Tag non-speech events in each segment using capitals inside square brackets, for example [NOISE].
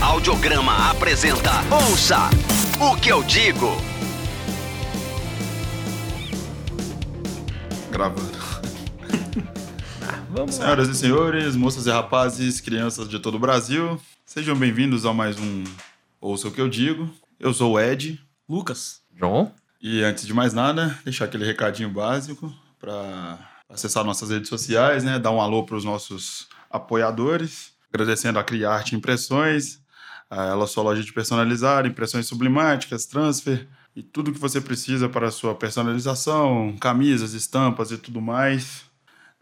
Audiograma apresenta Ouça o que eu digo. Gravando. Senhoras e senhores, moças e rapazes, crianças de todo o Brasil, sejam bem-vindos a mais um Ouça o que eu digo. Eu sou o Ed Lucas. João? e antes de mais nada, deixar aquele recadinho básico para acessar nossas redes sociais, né, dar um alô para os nossos apoiadores, agradecendo a Criarte Impressões, a ela sua loja de personalizar, impressões sublimáticas, transfer e tudo que você precisa para a sua personalização, camisas, estampas e tudo mais.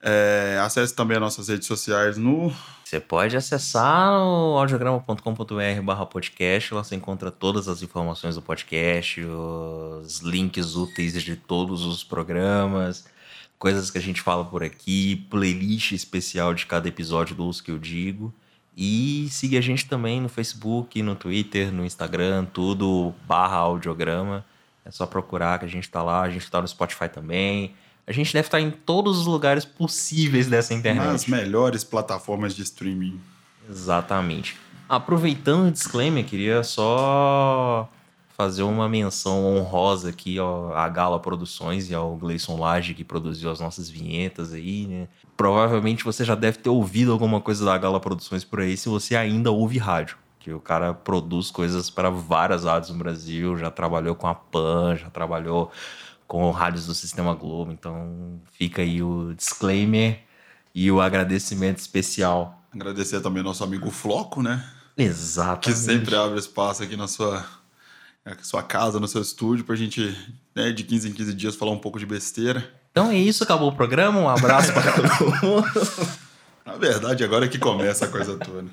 É, acesse também as nossas redes sociais no Você pode acessar o audiograma.com.br barra podcast, lá você encontra todas as informações do podcast, os links úteis de todos os programas, coisas que a gente fala por aqui, playlist especial de cada episódio do Os Que Eu Digo. E siga a gente também no Facebook, no Twitter, no Instagram, tudo barra audiograma. É só procurar que a gente tá lá, a gente tá no Spotify também. A gente deve estar em todos os lugares possíveis dessa internet. nas melhores plataformas de streaming. Exatamente. Aproveitando o disclaimer, queria só fazer uma menção honrosa aqui ó, à Gala Produções e ao Gleison Lage que produziu as nossas vinhetas aí, né? Provavelmente você já deve ter ouvido alguma coisa da Gala Produções por aí se você ainda ouve rádio. Que o cara produz coisas para várias áreas no Brasil, já trabalhou com a PAN, já trabalhou com rádios do Sistema Globo, então fica aí o disclaimer e o agradecimento especial Agradecer também ao nosso amigo Floco, né? que Exatamente. sempre é. abre espaço aqui na sua, na sua casa, no seu estúdio, pra gente, né, de 15 em 15 dias, falar um pouco de besteira. Então é isso, acabou o programa. Um [LAUGHS] abraço para todo mundo. Na verdade, agora é que começa a coisa toda.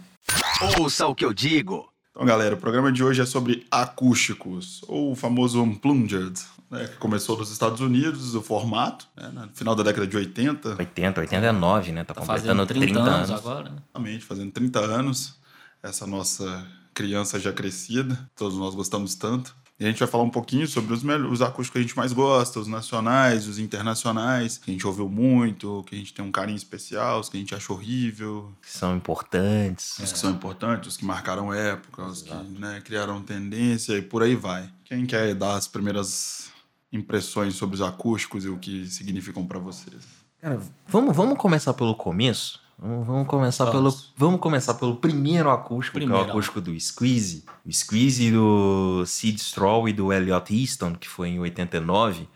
Ouça o que eu digo. Então, galera, o programa de hoje é sobre acústicos, ou o famoso unplugged, né, que começou nos Estados Unidos, o formato, né, no final da década de 80, 80, 89, né? Tá, Tá completando fazendo 30, anos. agora, né? exatamente, fazendo 30 anos, essa nossa criança já crescida, todos nós gostamos tanto. E a gente vai falar um pouquinho sobre os, mel- os acústicos que a gente mais gosta, os nacionais, os internacionais, que a gente ouviu muito, que a gente tem um carinho especial, os que a gente acha horrível, Que são importantes. os que são importantes, os que marcaram época, os que né, criaram tendência e por aí vai. Quem quer dar as primeiras impressões sobre os acústicos e o que significam pra vocês? Cara, vamos, vamos começar pelo começo? Vamos, vamos começar Vamos. pelo vamos começar pelo primeiro acústico, que é Primeiro. o acústico do Squeeze. O Squeeze do Sid Straw e do Elliot Easton, que foi em 89,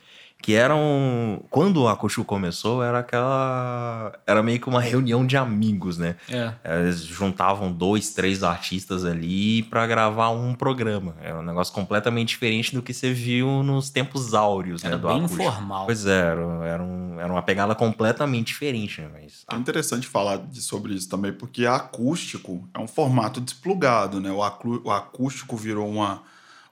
que eram quando o acústico começou, era aquela era meio que uma reunião de amigos, né? É. Eles juntavam dois, três artistas ali pra gravar um programa. Era um negócio completamente diferente do que você viu nos tempos áureos, Era né? Do bem acústico. informal. Pois é, era, era, um- era uma pegada completamente diferente, né? Mas, É interessante falar de- sobre isso também, porque acústico é um formato desplugado, né? O, aclu- o acústico virou uma,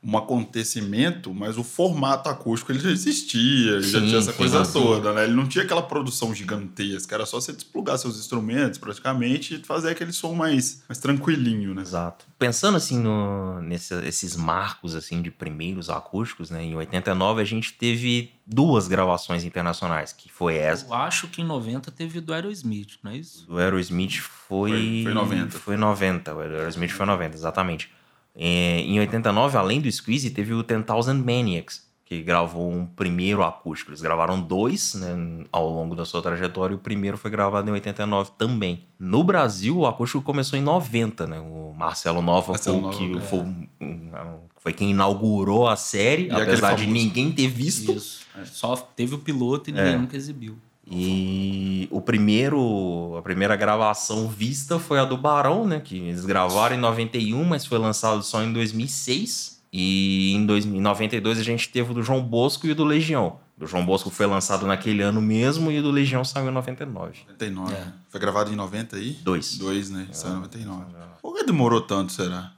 um acontecimento, mas o formato acústico ele já existia, ele já Sim, tinha essa sim, coisa sim. toda, né? Ele não tinha aquela produção gigantesca, era só você desplugar seus instrumentos praticamente e fazer aquele som mais, mais tranquilinho, né? Exato. Pensando assim no, nesse, esses marcos assim de primeiros acústicos, né? Em 89 a gente teve duas gravações internacionais, que foi essa. Eu acho que em 90 teve do Aerosmith, não é isso? O Aerosmith foi. Foi- foi 90. Foi 90. O Aerosmith foi 90, exatamente. É, em 89, além do Squeeze, teve o 10,000 Maniacs, que gravou um primeiro acústico. Eles gravaram dois né, ao longo da sua trajetória e o primeiro foi gravado em 89 também. No Brasil, o acústico começou em 90, né? O Marcelo Nova, Marcelo foi, o que Nova, é. foi, um- um- foi quem inaugurou a série, E aquele apesar de famoso- ninguém ter visto. Isso. Só teve o piloto e ninguém nunca exibiu. E o primeiro, a primeira gravação vista foi a do Barão, né? Que eles gravaram em 91, mas foi lançado só em 2006. E em 2000 em 92 a gente teve o do João Bosco e o do Legião. O do João Bosco foi lançado naquele ano mesmo e o do Legião saiu em 99. 99. É. Foi gravado em 90 aí? Dois. Dois, né? Saiu em 99. Por que demorou tanto, será?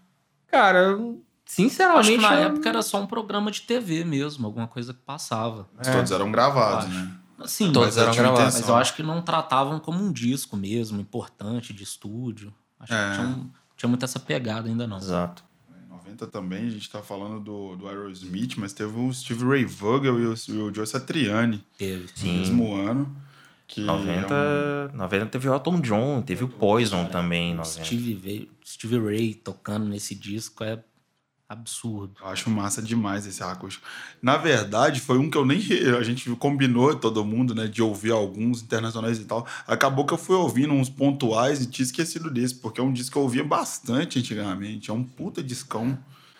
Cara, eu- Acho sinceramente. que na eu- época era só um programa de TV mesmo, alguma coisa que passava. Mas todos eram gravados, né? Assim, Todos mas, eram tinha uma gravados. intenção. mas eu acho que não tratavam como um disco mesmo, importante, de estúdio. Acho É. que tinha, um- tinha muito essa pegada ainda não. Exato. Em 90 também, a gente tá falando do, do Aerosmith, mas teve o Steve Ray Vogel e o, e o Joe Satriani Teve. no Sim. mesmo ano. Que 90, é um- 90 teve o Elton John, teve o Poison também. em 90. Steve, Vai- Steve Ray tocando nesse disco é absurdo. Eu acho massa demais esse acústico. Na verdade, foi um que eu nem. A gente combinou todo mundo, né? De ouvir alguns internacionais e tal. Acabou que eu fui ouvindo uns pontuais e tinha esquecido desse, porque é um disco que eu ouvia bastante antigamente. É um puta discão.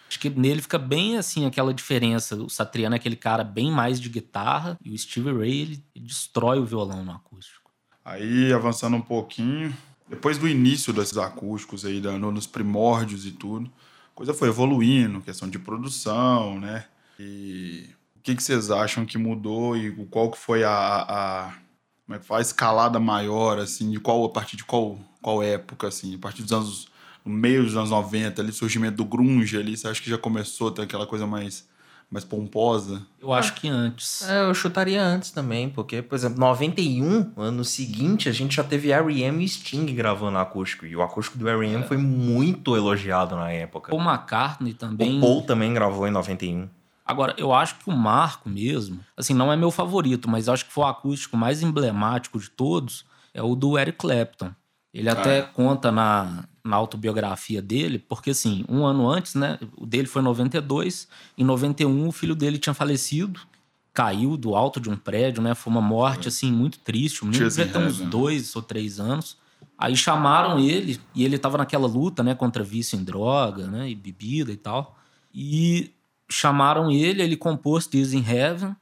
Acho que nele fica bem assim aquela diferença. O Satriano é aquele cara bem mais de guitarra e o Steve Ray ele destrói o violão no acústico. Aí, avançando um pouquinho, depois do início desses acústicos aí, da- no- nos primórdios e tudo, a coisa foi evoluindo, questão de produção, né? E o que, que vocês acham que mudou e o- qual que foi a, a, como é que fala? a escalada maior, assim, de qual, a partir de qual, qual época, assim, a partir dos anos, no meio dos anos 90, ali, surgimento do grunge ali, você acha que já começou a ter aquela coisa mais, mais pomposa? Eu acho que antes. É, eu chutaria antes também, porque, por exemplo, 91, ano seguinte, a gente já teve R.E.M. e Sting gravando acústico. E o acústico do R.E.M. foi muito elogiado na época. Paul McCartney também. O Paul também gravou em 91. Agora, eu acho que o Marco mesmo, assim, não é meu favorito, mas eu acho que foi o acústico mais emblemático de todos, é o do Eric Clapton. Ele até é. conta na, na autobiografia dele, porque assim, um ano antes, né, o dele foi em 92, em 91 o filho dele tinha falecido, caiu do alto de um prédio, né, foi uma morte, assim, muito triste, o menino Tears in devia ter uns Heaven. dois ou três anos, aí chamaram ele, e ele tava naquela luta, né, contra vício em droga, né, e bebida e tal, e chamaram ele, ele compôs Tears in Heaven.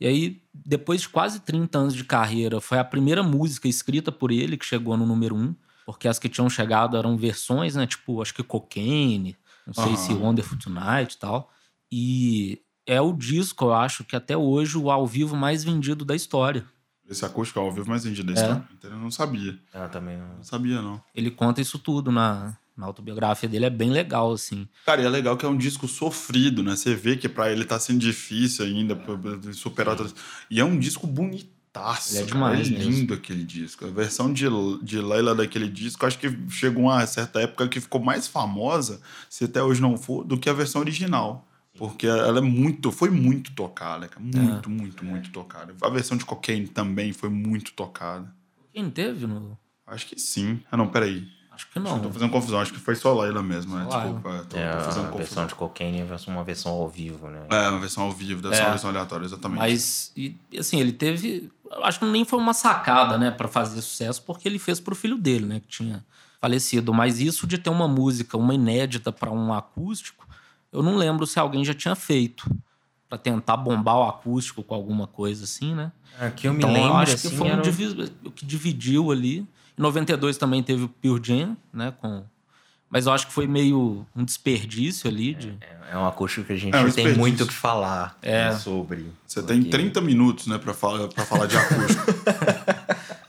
E aí, depois de quase 30 anos de carreira, foi a primeira música escrita por ele que chegou no número um, porque as que tinham chegado eram versões, né? Tipo, acho que Cocaine, não sei Aham. se Wonderful Tonight e tal. E é o disco, eu acho, que até hoje o ao vivo mais vendido da história. Esse acústico é ao vivo mais vendido da história, então eu não sabia. Ah, também. Não sabia, não. Ele conta isso tudo na, na autobiografia dele, é bem legal, assim. Cara, e é legal que é um disco sofrido, né? Você vê que pra ele tá sendo difícil ainda pra- pra superar todas. E é um disco bonitaço. Ele é cara. demais lindo aquele disco. A versão de, de Leila daquele disco, acho que chegou a uma certa época que ficou mais famosa, se até hoje não for, do que a versão original. Porque ela é muito, foi muito tocada, cara. É. Muito, muito, muito tocada. A versão de Cocaine também foi muito tocada. Quem teve? No... Acho que sim. Ah, não, peraí. Acho Acho que que eu tô não. fazendo confusão. Acho que foi só Leila mesmo, né? Só Laila. Desculpa. eu Tô, É, tô a fazendo versão confusão. de Cocaine é uma versão ao vivo, né? É, uma versão ao vivo, deve ser É. uma versão aleatória, exatamente. Mas, e, assim, ele teve. Acho que nem foi uma sacada, né, Pra fazer sucesso, porque ele fez pro filho dele, né, que tinha falecido. Mas isso de ter uma música, uma inédita pra um acústico, eu não lembro se alguém já tinha feito. Pra tentar bombar o acústico com alguma coisa assim, né? Aqui eu me então, eu lembro, acho assim, que foi um era o- divi- o que dividiu ali. Em 92 também teve o Pure Jam, né, com. Mas eu acho que foi meio um desperdício ali de. é um acústico que a gente É, um tem desperdício. muito o que falar né, sobre. Você tem Porque- 30 minutos, né, pra falar, pra falar de [LAUGHS] acústico.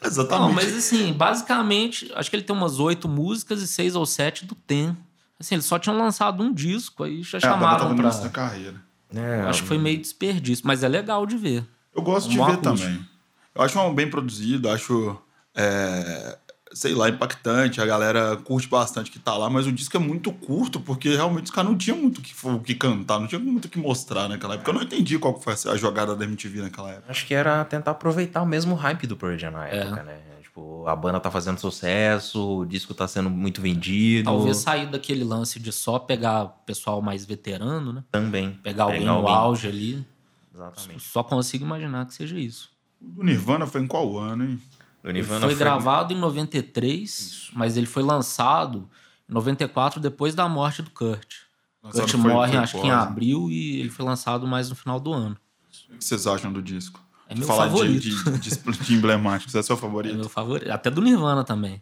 exatamente. Não, mas assim, basicamente, acho que ele tem umas oito músicas e seis ou sete do Ten. Assim, eles só tinham lançado um disco, aí já É, a banda tava chamaram no pra... início da carreira. É, Acho que foi meio desperdício, mas é legal de ver. Eu gosto Um de bom ver acústico. também. Eu acho um bem produzido, acho, é, sei lá, impactante. A galera curte bastante que tá lá, mas o disco é muito curto, porque realmente os caras não tinham muito o que, o que cantar, não tinha muito o que mostrar naquela época. Eu não entendi qual que foi a jogada da MTV naquela época. Acho que era tentar aproveitar o mesmo hype do Pearl Jam na É. época, né? Tipo, a banda tá fazendo sucesso, o disco tá sendo muito vendido. Talvez sair daquele lance de só pegar o pessoal mais veterano, né? Também. Pegar alguém no auge ali. Exatamente. Só consigo imaginar que seja isso. O do Nirvana foi em qual ano, hein? O Ele Nirvana foi gravado em 93, mas ele foi lançado em 94, depois da morte do Kurt. Lançado Kurt foi- morre, foi acho que em pós, né? abril, e ele foi lançado mais no final do ano. O que vocês acham do disco? É meu Falar de- favorito. De, de, de emblemático. Você é seu É favorito? né? meu favorito. Até do Nirvana também.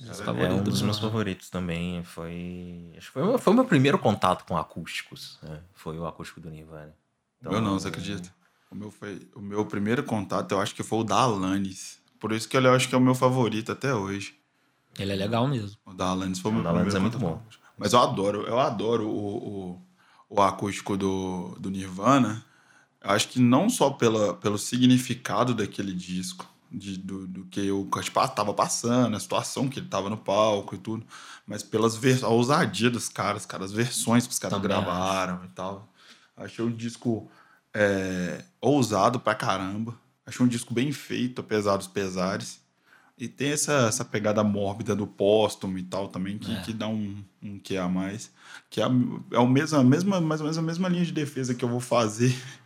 Meu É favorito um do dos meus Nirvana. favoritos também. Foi. Acho que foi, o meu- foi o meu primeiro contato com acústicos. né? Foi o acústico do Nirvana. Então, O meu não, você acredita? Então, O meu, foi, o meu primeiro contato, eu acho que foi o da Alanis. Por isso que ele, eu acho que é o meu favorito até hoje. Ele é legal mesmo. O da Alanis foi o O meu da Alanis primeiro é muito contato. bom. Mas eu adoro, eu adoro o, o, o acústico do, do Nirvana. Eu acho que não só pela, pelo significado daquele disco, de, do, do que o Kurt estava passando, a situação que ele tava no palco e tudo, mas pelas vers- a ousadia dos caras, cara, as versões que os caras Também gravaram e tal. Achei um disco é, ousado pra caramba. Achei um disco bem feito, apesar dos pesares. E tem essa, essa pegada mórbida do póstumo e tal também, que, É. que dá um, um que a mais. Que é, a, é o mesmo, a mesma, mais ou menos a mesma linha de defesa que eu vou fazer [LAUGHS]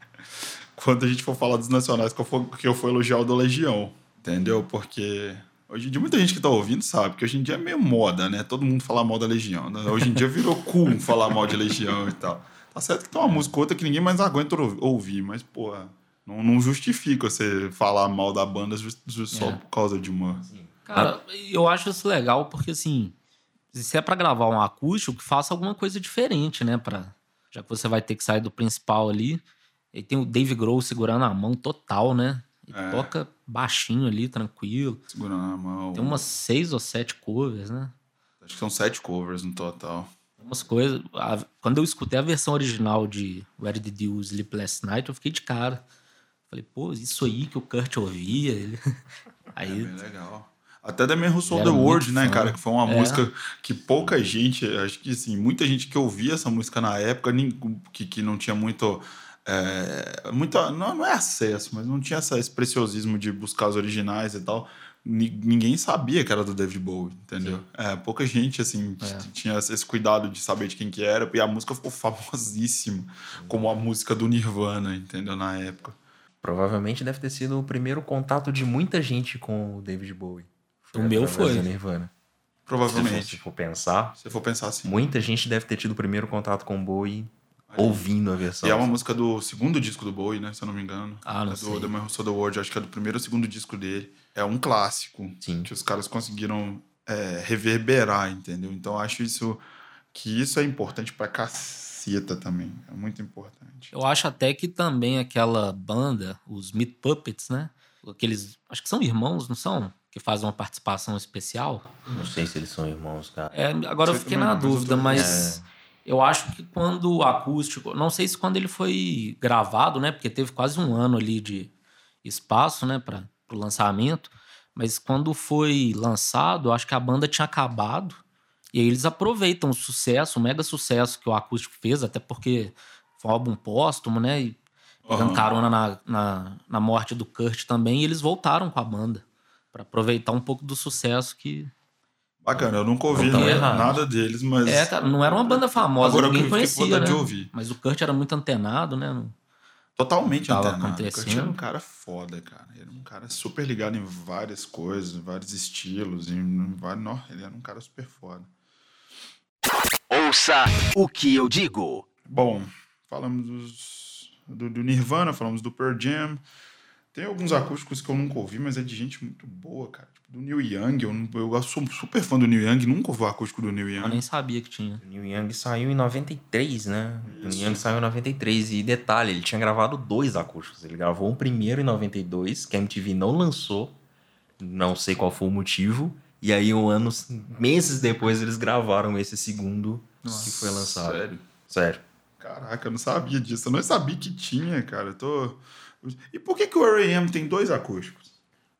quando a gente for falar dos nacionais, que eu for, que eu for elogiar o do Legião. Entendeu? Porque hoje em dia muita gente que tá ouvindo sabe que hoje em dia é meio moda, né? Todo mundo falar mal da Legião. né? Hoje em dia virou [LAUGHS] cool falar mal de Legião e tal. Tá certo que tem uma música ou outra que ninguém mais aguenta ou- ouvir, mas, porra, não, não justifica você falar mal da banda just- just só É. por causa de uma. Cara, Ah, eu acho isso legal porque, assim, se é pra gravar um acústico, que faça alguma coisa diferente, né? Pra, já que você vai ter que sair do principal ali. E tem o Dave Grohl segurando a mão total, né? Ele É. toca baixinho ali, tranquilo. Segurando a mão. Tem umas seis ou sete covers, né? Acho que são sete covers no total. Umas coisas. a- quando eu escutei a versão original de Where Did You Sleep Last Night, eu fiquei de cara. Falei, pô, isso aí que o Kurt ouvia. Ele... [LAUGHS] É Aí bem legal. Até da minha Russell Ele the era World, muito né, fã. cara? Que foi uma É. música que pouca gente, acho que assim, muita gente que ouvia essa música na época, nem- que, que não tinha muito. é, muita, não, não é acesso, mas não tinha essa, esse preciosismo de buscar os originais e tal. Ni- Ninguém sabia que era do David Bowie, entendeu? É, pouca gente, assim, É. t- tinha esse cuidado de saber de quem que era, e a música ficou famosíssima como a música do Nirvana, entendeu? Na época. Provavelmente deve ter sido o primeiro contato de muita gente com o David Bowie. O meu através foi. do Nirvana. Se você Provavelmente. for pensar, Se você for pensar assim. muita gente deve ter tido o primeiro contato com o Bowie Olha. ouvindo a versão. E é uma música do segundo disco do Bowie, né? Se eu não me engano. Ah, não é do sei. The Man Who Sold the World, acho que é do primeiro ou segundo disco dele. É um clássico Sim. que os caras conseguiram é, reverberar, entendeu? Então acho isso que isso é importante pra caceta também. É muito importante. Eu acho até que também aquela banda, os Meat Puppets, né? Aqueles. Acho que são irmãos, não são? Que fazem uma participação especial. Não sei se eles são irmãos, cara. É, agora eu Sei fiquei também, na mas eu tô- dúvida, mas eu acho que quando o acústico. Não sei se quando ele foi gravado, né? Porque teve quase um ano ali de espaço, né? Para o lançamento. Mas quando foi lançado, eu acho que a banda tinha acabado. E aí eles aproveitam o sucesso, o mega sucesso que o acústico fez, até porque foi um álbum póstumo, né? E pegando Aham. carona na, na, na morte do Kurt também, e eles voltaram com a banda. Pra aproveitar um pouco do sucesso que. Bacana, eu nunca ouvi Não tá né, errado. nada deles, mas. É, cara, não era uma banda famosa, agora ninguém que eu fiquei com conhecia. vontade Né? de ouvir. Mas o Kurt era muito antenado, né? Não- Totalmente Tava antenado. O Kurt era um acontecendo. cara foda, cara. Ele era um cara super ligado em várias coisas, em vários estilos, em, em vários. Nó, Ele era um cara super foda. Ouça o que eu digo. Bom, falamos dos- do, do Nirvana, falamos do Pearl Jam. Tem alguns acústicos que eu nunca ouvi, mas é de gente muito boa, cara. Tipo, do Neil Young, eu, não- eu sou super fã do Neil Young, nunca ouvi o acústico do Neil Eu Young. nem sabia que tinha. O Neil Young saiu em 93, né? O Neil Young saiu em 93. E detalhe, ele tinha gravado dois acústicos. Ele gravou um primeiro em 92, que a MTV não lançou. Não sei qual foi o motivo. E aí, um ano, meses depois, eles gravaram esse segundo que foi lançado. Sério? Sério. Caraca, eu não sabia disso. Eu não sabia que tinha, cara. Eu tô... E por que, que o R.E.M. tem dois acústicos?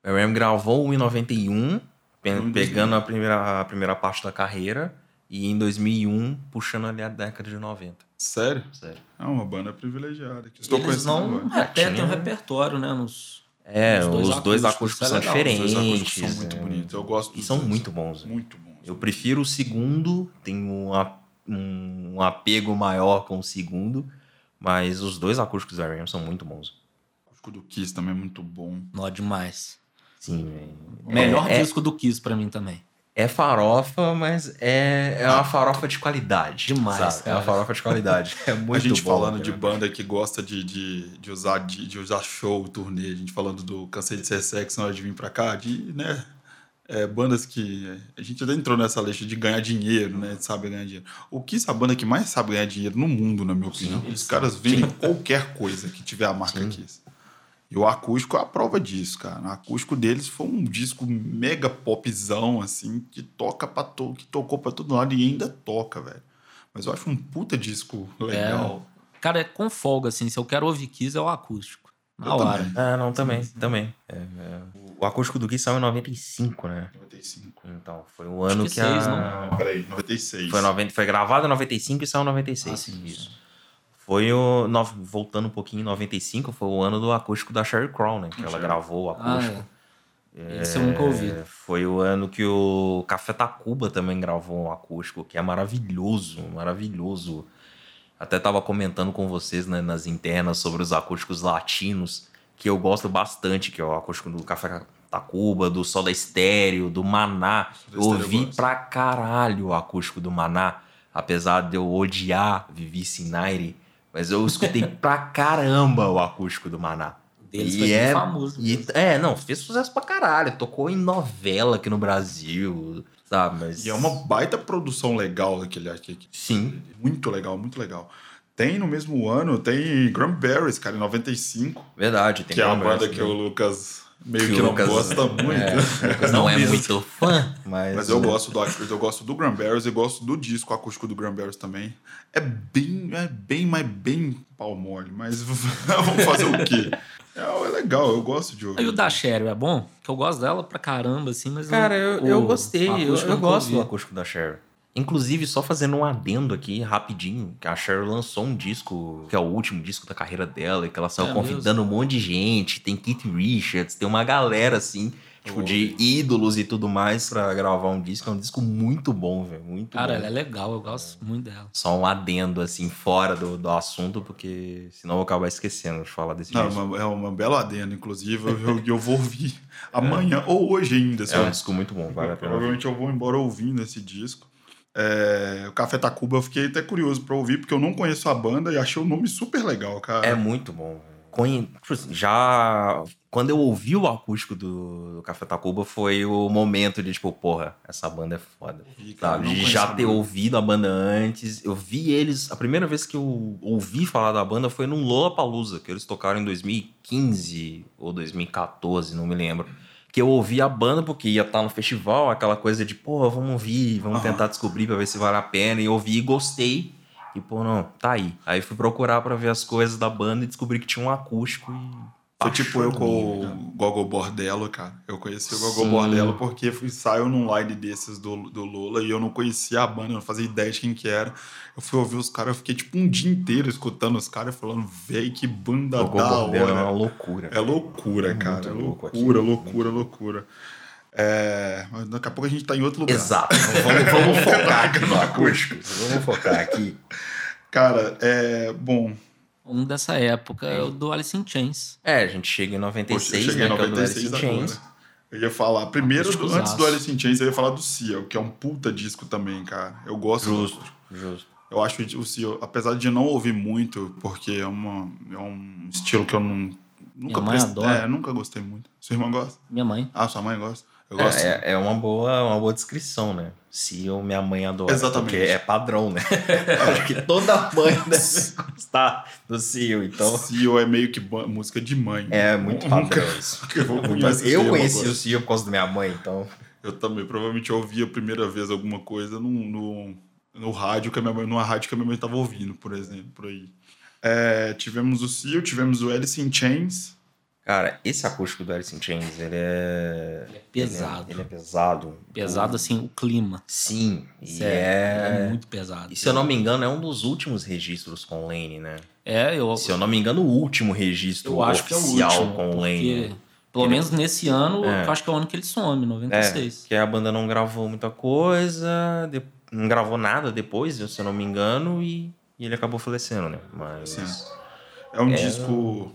O R.M. gravou um em 91, pe- Um em pegando a primeira, a primeira parte da carreira. E em 2001, puxando ali a década de 90. Sério? Sério. É uma banda privilegiada. Que eu estou eles conhecendo não agora. até Ah, Tinha. tem um repertório, né? Nos... É, Os os dois dois, acústicos, acústicos isso são é legal, os dois Os dois acústicos diferentes. são muito é. bonitos. Eu gosto E dos são dois. muito bons. né? Muito bons. Eu prefiro o segundo, tenho um, a- um, um apego maior com o segundo, mas os dois acústicos da R.E.M. são muito bons. O acústico do Kiss também é muito bom. Nó demais. Sim, é, Melhor é, disco do Kiss pra mim também. é farofa, mas é, é uma farofa de qualidade. Demais, sabe? É cara. uma farofa de qualidade. É muito a gente bom, falando de cara. banda que gosta de, de, de usar, de, de usar show, turnê, a gente falando do Cansei de Ser Sexo na hora de vir pra cá, de, né? é, bandas que. A gente até entrou nessa lista de ganhar dinheiro, né? De saber ganhar dinheiro. O que é a banda que mais sabe ganhar dinheiro no mundo, na minha opinião? Os caras vendem qualquer coisa que tiver a marca Kiss. E o acústico é a prova disso, cara. O acústico deles foi um disco mega popzão, assim, que toca pra to que tocou pra todo lado e ainda toca, velho. Mas eu acho um puta disco legal. Cara, é com folga, assim. Se eu quero ouvir Kiss, é o acústico. Na Eu hora. também. Ah, não, também, também. É, é. O acústico do Gui saiu em 95, né? 95. Então, foi o ano que que, a... seis, não? Não, Ah, peraí, 96. Foi, 90, foi gravado em 95 e saiu em 96. Ah, sim, Isso. Foi o. no- voltando um pouquinho, em 95, foi o ano do acústico da Sheryl Crow, né? Que ela gravou o Ah, acústico. é. Esse eu nunca ouvi. É, Foi o ano que o Café Tacuba também gravou um acústico, que é maravilhoso, maravilhoso. Até tava comentando com vocês né, nas internas sobre os acústicos latinos, que eu gosto bastante, que é o acústico do Café Tacuba, do Soda Estéreo, do Maná. Soda Eu Stereo eu ouvi gosto. pra caralho o acústico do Maná, apesar de eu odiar Vivi Sinaire, mas eu escutei pra caramba o acústico do Maná. O deles E foi bem é- famoso. E, é, não, fez sucesso pra caralho. Tocou em novela aqui no Brasil, sabe? Mas... E é uma baita produção legal daquele aqui. Sim. Muito legal, muito legal. Tem no mesmo ano, tem Grumberries, cara, em 95, Verdade. Tem que é uma Grumberries banda que o também. Lucas meio Que que, o não Lucas- é, gosta muito. Não é mesmo. muito fã, mas... [LAUGHS] Mas eu gosto do acústico, eu gosto do Grumberries e gosto do disco acústico do Grumberries também. É bem, é bem, mas bem pau mole, mas [LAUGHS] vamos fazer o quê? É, é legal, eu gosto de ouvir. Aí o da Cheryl é bom? Que eu gosto dela pra caramba, assim, mas... Cara, eu, eu o gostei. Eu, acústico eu nunca gosto ouvi. do acústico da Cher. Inclusive, só fazendo um adendo aqui, rapidinho, que a Cher lançou um disco, que é o último disco da carreira dela, e que ela saiu É convidando um monte de gente, tem Keith Richards, tem uma galera, assim, tipo, de ídolos e tudo mais pra gravar um disco. É um disco muito bom, velho, muito Cara, bom. ela é legal, eu gosto muito dela. Só um adendo, assim, fora do, do assunto, porque senão eu vou acabar esquecendo de falar desse Não, é disco. uma, é uma bela adena, inclusive, eu, eu vou [LAUGHS] ouvir amanhã ou hoje ainda. se É eu- um disco muito bom, vale a pena. ouvir. Provavelmente eu vou embora ouvindo esse disco. É, o Café Tacuba eu fiquei até curioso pra ouvir, porque eu não conheço a banda e achei o nome super legal, cara. É muito bom. velho. Conhe- tipo assim, Já. Quando eu ouvi o acústico do do Café Tacuba, foi o momento de, tipo, porra, essa banda é foda. E, cara, Sabe? eu não De conheço a já banda. ter ouvido a banda antes. Eu vi eles. A primeira vez que eu ouvi falar da banda foi num Lollapalooza, que eles tocaram em 2015 ou 2014, não me lembro. Que eu ouvi a banda porque ia estar no festival, aquela coisa de, pô, vamos ouvir, vamos Aham. tentar descobrir pra ver se vale a pena. E eu ouvi e gostei. E, pô, não, tá aí. Aí fui procurar pra ver as coisas da banda e descobri que tinha um acústico e. Foi tipo eu com apaixonei, o cara. Gogo Bordello, cara. Eu conheci o Gogo né? Sim. Bordello porque fui, saiu num line desses do, do Lula e eu não conhecia a banda, eu não fazia ideia de quem que era. Eu fui ouvir os caras, eu fiquei tipo um dia inteiro escutando os caras falando, véi, que banda O da Gogol hora. Bell é uma loucura. É loucura, Muito cara. É louco aqui. né? loucura, loucura, loucura. É, mas daqui a pouco a gente tá em outro lugar. Exato. Vamos, [LAUGHS] vamos focar aqui no No acústico. Vamos focar aqui. Cara, é. Bom, Um dessa época é o do Alice in Chains. É, a gente chega em poxa, eu 96, cheguei em né? Que é o do Alice 96 in agora. né? Chains. Eu ia falar, primeiro, do- Discosaço. antes do Alice in Chains, eu ia falar do Seal, que é um puta disco também, cara. Eu gosto. Justo, justo. Eu acho o Seal, apesar de não ouvir muito, porque é, uma, é um estilo que eu não, nunca Minha mãe prestei- adora. É, nunca gostei muito. Sua irmã gosta? Minha mãe. Ah, sua mãe gosta? Eu gosto. [LAUGHS] É, é- é uma, boa, uma boa descrição, né? Se eu, minha mãe adora. Exatamente. Porque é padrão, né? [LAUGHS] É, Acho que toda mãe deve gostar do Seal, então... Seal é meio que ba- música de mãe. É muito Nunca- padrão isso. que [LAUGHS] eu vou Muito- conhecer eu agora. conheci o Seal por causa da minha mãe, então... Eu também, provavelmente eu ouvi a primeira vez alguma coisa no, no, no rádio que a minha mãe, numa rádio que a minha mãe estava ouvindo, por exemplo, por aí. É, tivemos o Seal, tivemos o Alice in Chains. Cara, esse acústico do Alice in Chains, ele é... Ele é pesado. Ele é, ele é pesado. Pesado, assim, o clima. Sim. E Sério, é... é muito pesado. E se eu não me engano, é um dos últimos registros com o Lane, né? É, eu, Se eu não me engano, o último registro eu acho que é o oficial último. com o Lane. né? Porque, pelo Ele- menos nesse ano, É. eu acho que é o ano que ele some, 96. Que a banda não gravou muita coisa, de- não gravou nada depois, se eu não me engano, e, e ele acabou falecendo, né? Mas. Sim. É um É, disco.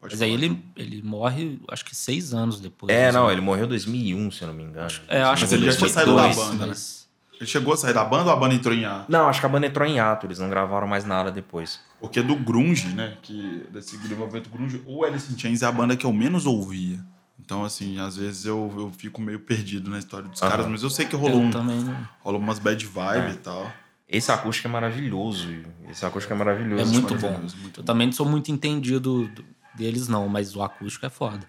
pode Mas aí falar. ele, ele morre, acho que seis anos depois. É, assim. não, ele morreu em 2001, se eu não me engano. É, acho Mas que ele já tinha saído da 2002, banda, né? mas- Ele chegou a sair da banda ou a banda entrou em A? Não, acho que a banda entrou em ato, eles não gravaram mais nada depois. Porque é do Grunge, né? Que desse movimento Grunge, o Alice in Chains é a banda que eu menos ouvia. Então, assim, às vezes eu, eu fico meio perdido na história dos Aham. caras, mas eu sei que rolou, Eu É. um, também não- rolou umas bad vibe e tal. Esse acústico é maravilhoso. Esse acústico é maravilhoso. É muito bom. Maravilhoso, Muito Eu bom. também não sou muito entendido do- deles, não, mas o acústico é foda.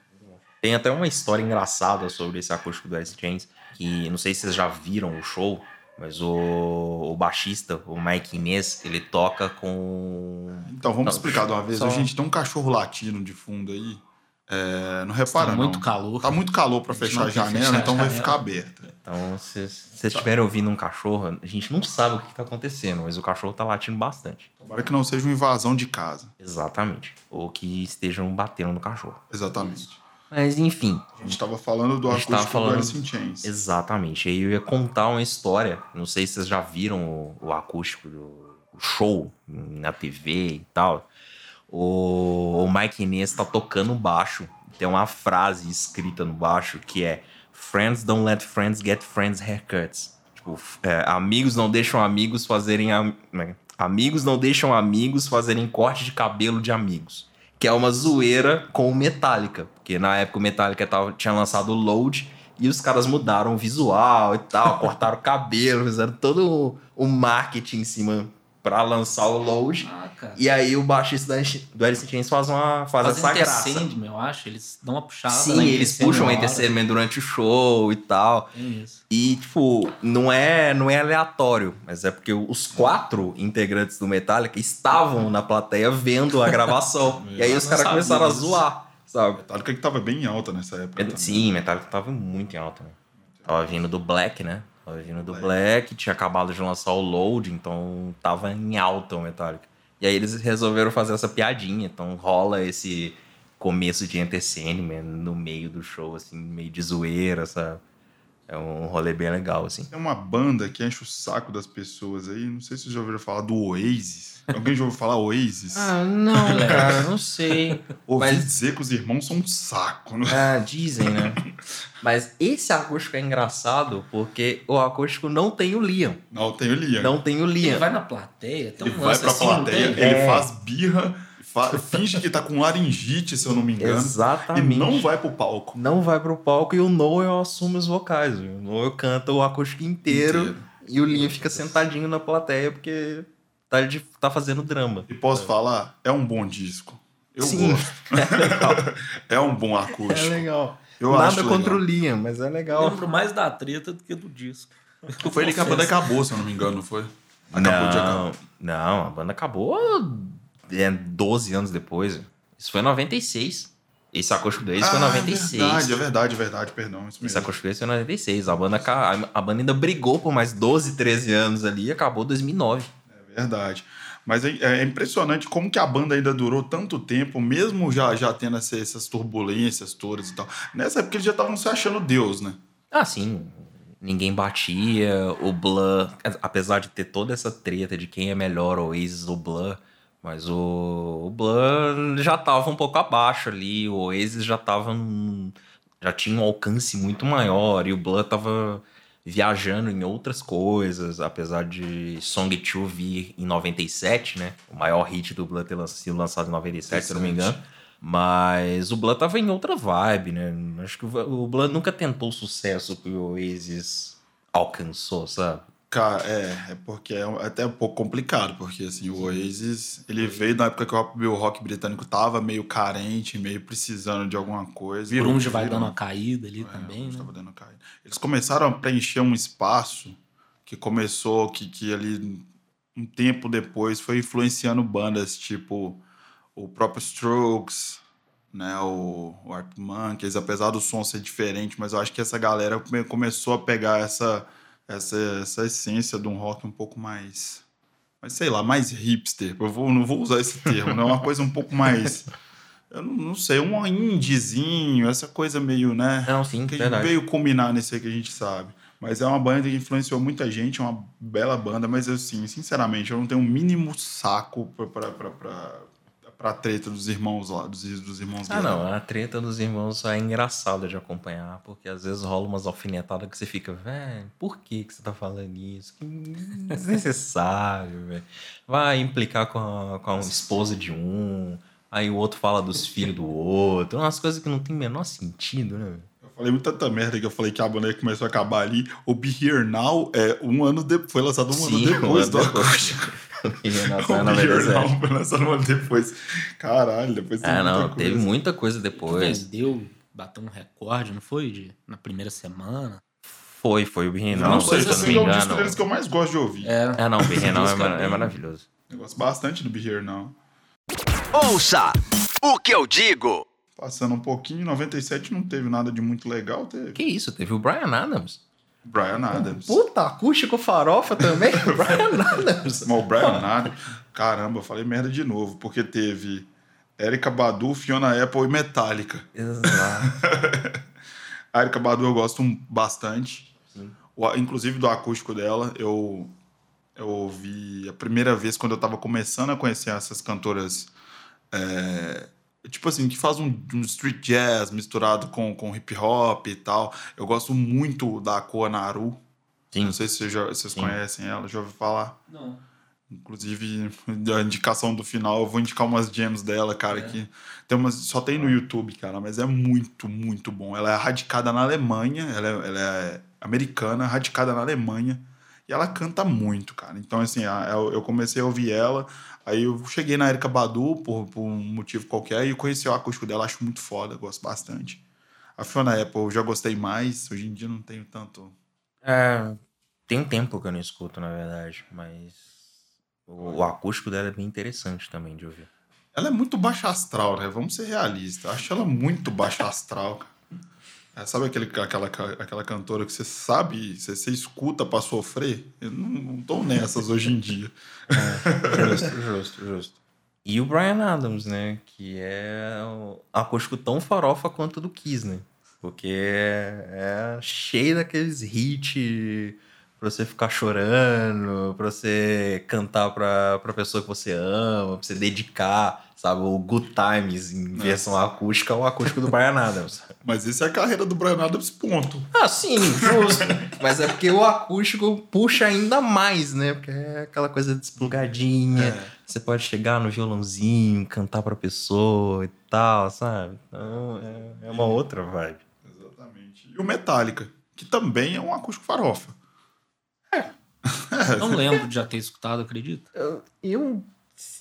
Tem até uma história engraçada sobre esse acústico do Alice in Chains, que não sei se vocês já viram o show, mas o, o baixista, o Mike Inês, ele toca com... Então, vamos Não, explicar de uma vez. só- A gente tem um cachorro latino de fundo aí. É, não repara, Tá muito não. calor. Tá muito calor pra A gente fechar a não quer janela, fechar a então vai janela. ficar aberta. Então, se se vocês estiverem ouvindo um cachorro, a gente não sabe o que está acontecendo, mas o cachorro tá latindo bastante. Tomara que não seja uma invasão de casa. Exatamente. Ou que estejam batendo no cachorro. Exatamente. Mas enfim, A gente tava falando do A gente tava acústico do falando- Alice in Chains. Exatamente. Aí eu ia contar uma história. Não sei se vocês já viram o, o acústico do o show na TV e tal. O, o Mike Inês tá tocando baixo. Tem uma frase escrita no baixo que é Friends don't let friends get friends haircuts. Tipo, f- é, amigos não deixam amigos fazerem... am- como é que é? Amigos não deixam amigos fazerem corte de cabelo de amigos. Que é uma zoeira com o Metallica. Porque na época o Metallica tava- tinha lançado o Load e os caras mudaram o visual e tal, cortaram o cabelo, fizeram todo o, o marketing em cima pra lançar o Load. Ah, cara. E aí o baixista da Enche- do Alice in Chains faz, uma, faz Fazem essa graça. Sandman, eu acho. Eles dão uma puxada. né, Sim, eles puxam o o Entertainment durante o show e tal. E, tipo, não é, não é aleatório, mas é porque os quatro integrantes do Metallica estavam na plateia vendo a [LAUGHS] gravação. e aí os caras Eu não sabia começaram a disso. zoar, sabe? Metallica que tava bem alta nessa época. também. É, Sim, Metallica tava muito em alta, né? Tava vindo do Black, né? Tava vindo do Black. Black, tinha acabado de lançar o Load, então tava em alta o Metallica. E aí eles resolveram fazer essa piadinha, então rola esse começo de Enter Sandman no meio do show, assim, meio de zoeira, sabe? É um rolê bem legal, assim. Tem uma banda que enche o saco das pessoas aí. Não sei se vocês já ouviram falar do Oasis. Alguém já ouviu falar Oasis? Ah, não, É. cara, não sei. Ouvi mas- dizer que os irmãos são um saco, né? [LAUGHS] Ah, dizem, né? Mas esse acústico é engraçado porque o acústico não tem o Liam. Não, tem o Liam. Não tem o Ele Liam. vai na plateia, tem ele um vai lance pra assim, não plateia, tem? ele É. faz birra, fa- finge que tá com laringite, se eu não me engano. Exatamente. E não vai pro palco. Não vai pro palco e o Noel assume os vocais. viu? O Noel canta o acústico inteiro, e o Liam fica sentadinho na plateia porque tá, de- tá [LAUGHS] fazendo drama. E posso falar, é um bom disco. Eu Sim. gosto. É um bom acústico. legal. Eu Tá Nada acho legal. contra o Liam, mas é Eu legal. lembro tá mais da treta do que do disco. Foi ele que a banda acabou, se eu não me engano, não foi? Acabou de acabar. não, não, a banda acabou é, 12 anos depois. Isso foi em 96. Esse acústico do Ace foi em Ah, 96. É verdade, é verdade, é verdade, perdão. Isso Esse mesmo. acústico do Ace foi em 96. A banda, ca- a banda ainda brigou por mais 12, 13 anos ali e acabou em 2009. É verdade. Mas é, é impressionante como que a banda ainda durou tanto tempo, mesmo já, já tendo essa- essas turbulências todas e tal. Nessa época eles já estavam se achando Deus, né? Ah, sim. Ninguém batia, o Blur, apesar de ter toda essa treta de quem é melhor, o Oasis ou o Blur, mas o, o Blur já tava um pouco abaixo ali, o Oasis já tava num, já tinha um alcance muito maior e o Blur tava viajando em outras coisas, apesar de Song 2 vir em 97, né? O maior hit do Blur ter lan- sido lançado em 97, se eu não me engano. Mas o Blood tava em outra vibe, né? Acho que o Blood nunca tentou o sucesso que o Oasis alcançou, sabe? Cara, é, é porque é um- até um pouco complicado, porque assim, o Oasis, ele veio na época que o meu rock britânico tava meio carente, meio precisando de alguma coisa. O grunge vai Virou- um dando uma caída ali É, também, onde né? tava dando caída. Eles começaram a preencher um espaço que começou, que, que ali um tempo depois foi influenciando bandas tipo o próprio Strokes, né, o, o Art Monkeys, apesar do som ser diferente, mas eu acho que essa galera come- começou a pegar essa, essa, essa essência de um rock um pouco mais... Mas sei lá, mais hipster. Eu vou, não vou usar esse termo, né? É uma coisa um pouco mais. Eu não, não sei, um indiezinho, essa coisa meio, né? Não, sim, que a gente veio combinar nesse aí que a gente sabe. Mas é uma banda que influenciou muita gente, é uma bela banda, mas assim, sinceramente, eu não tenho o mínimo saco pra, pra, pra, pra, pra treta dos irmãos lá, dos, dos irmãos Ah, Guerra. não, a treta dos irmãos só é engraçada de acompanhar, porque às vezes rola umas alfinetadas que você fica, velho, por que, que você tá falando isso? Que desnecessário, [LAUGHS] velho. Vai implicar com a, com a esposa de um, aí o outro fala dos filhos do outro, umas coisas que não tem o menor sentido, né, velho? Eu falei muita tanta merda que eu falei que a banda começou a acabar ali. O Be Here Now é um ano depois, foi lançado um ano depois do acústico. [LAUGHS] [LAUGHS] Renato, O É, na Be Here verdade. Now foi lançado um ano depois. Caralho, depois tem Ah, muita não, coisa. teve muita coisa Que depois. Vendeu, bateu um recorde, não foi? de- na primeira semana. Foi, foi o Birrenal. Eu não sei coisa se que esse me é um disco deles que eu mais gosto de ouvir. É. Ah, [LAUGHS] não, o Birrenal é, Disco mar- é bem- maravilhoso. Eu gosto bastante do Be Here Now. Ouça o que eu digo. Passando um pouquinho, em 97 não teve nada de muito legal, teve. Que isso, teve o Brian Adams. Brian Adams. Puta, acústico farofa [LAUGHS] também. é Brian Adams. Mas o Brian Adams. Caramba, eu falei merda de novo, porque teve Erika Badu, Fiona Apple e Metallica. Exato. A Erika Badu eu gosto um- bastante. Sim. O- inclusive do acústico dela, eu, eu ouvi a primeira vez quando eu tava começando a conhecer essas cantoras. é, tipo assim, que faz um, um street jazz misturado com, com hip hop e tal. Eu gosto muito da Koa Naru. Sim. Não sei se vocês já- vocês Sim. conhecem ela, já ouviu falar. Não. Inclusive, [LAUGHS] a indicação do final, eu vou indicar umas gems dela, cara, É. que tem umas, só tem no YouTube, cara, mas é muito, muito bom. Ela é radicada na Alemanha, ela é, ela é americana, radicada na Alemanha, e ela canta muito, cara. Então, assim, a- eu eu comecei a ouvir ela, aí eu cheguei na Erika Badu por, por um motivo qualquer e conheci o acústico dela, acho muito foda, gosto bastante. A Fiona Apple eu já gostei mais, hoje em dia não tenho tanto. É, tem um tempo que eu não escuto, na verdade, mas o, o acústico dela é bem interessante também de ouvir. Ela é muito baixa astral, né? Vamos ser realistas. Eu acho ela muito baixa astral, cara. É, sabe aquele, aquela, aquela cantora que você sabe, você, você escuta pra sofrer? Eu não, não tô nessas hoje em dia. Justo, justo, justo. E o Brian Adams, né? Que é o acústico tão farofa quanto do Kiss, né? Porque é, é cheio daqueles hits pra você ficar chorando, pra você cantar pra, pra pessoa que você ama, pra você dedicar, sabe? O Good Times em versão acústica é o acústico do Brian Adams. Mas isso é a carreira do Brian Adams, ponto. [LAUGHS] Ah, sim, justo. Mas é porque o acústico puxa ainda mais, né? Porque é aquela coisa desplugadinha. É, Você pode chegar no violãozinho, cantar pra pessoa e tal, sabe? Então é, é uma outra vibe. Exatamente. E o Metallica, que também é um acústico farofa. Não lembro de já ter escutado, acredito. Eu,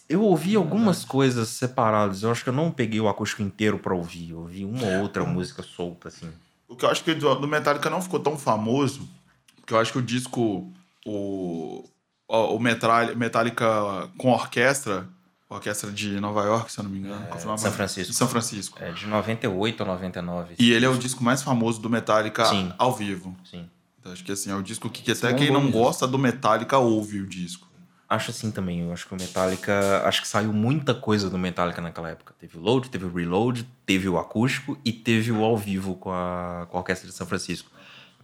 eu ouvi algumas coisas separadas. Eu acho que eu não peguei o acústico inteiro pra ouvir. Eu ouvi uma ou outra música solta, assim. O que eu acho que do do Metallica não ficou tão famoso, porque eu acho que o disco, o, ó, o Metralha- Metallica com orquestra, orquestra de Nova York, se eu não me engano. confirma mais. São É, Francisco. De São Francisco. É de 98 a 99. E ele é o disco mais famoso do Metallica Sim. ao vivo. Sim. Então, acho que assim, é o disco que, que Isso é até um quem bom não disco. gosta do Metallica ouve o disco. Acho assim também. Eu acho que o Metallica. Acho que saiu muita coisa do Metallica naquela época. Teve o Load, teve o Reload, teve o acústico e teve o ao vivo com a, com a Orquestra de São Francisco.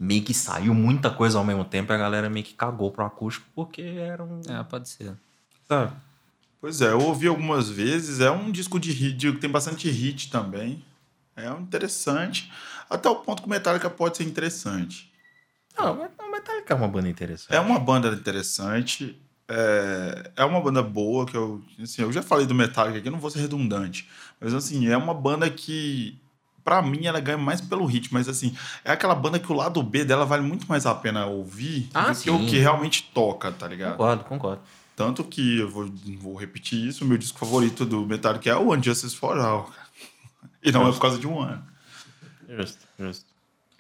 Meio que saiu muita coisa ao mesmo tempo e a galera meio que cagou pro acústico porque era um. É, pode ser. Sabe? Pois é, eu ouvi algumas vezes, é um disco de hit, de- tem bastante hit também. É um interessante, até o ponto que o Metallica pode ser interessante. Não, mas o Metallica é uma banda interessante. É uma banda interessante. É, é uma banda boa que eu. assim, eu já falei do Metallica aqui, eu não vou ser redundante. Mas assim, é uma banda que. Pra mim, ela ganha mais pelo hit, mas assim, é aquela banda que o lado B dela vale muito mais a pena ouvir Ah, do que o sim. que realmente toca, tá ligado? Concordo, concordo. Tanto que eu vou, vou repetir isso, meu disco favorito do Metallica é o Unjustice for All. cara. E não é por causa de um ano. Justo, justo.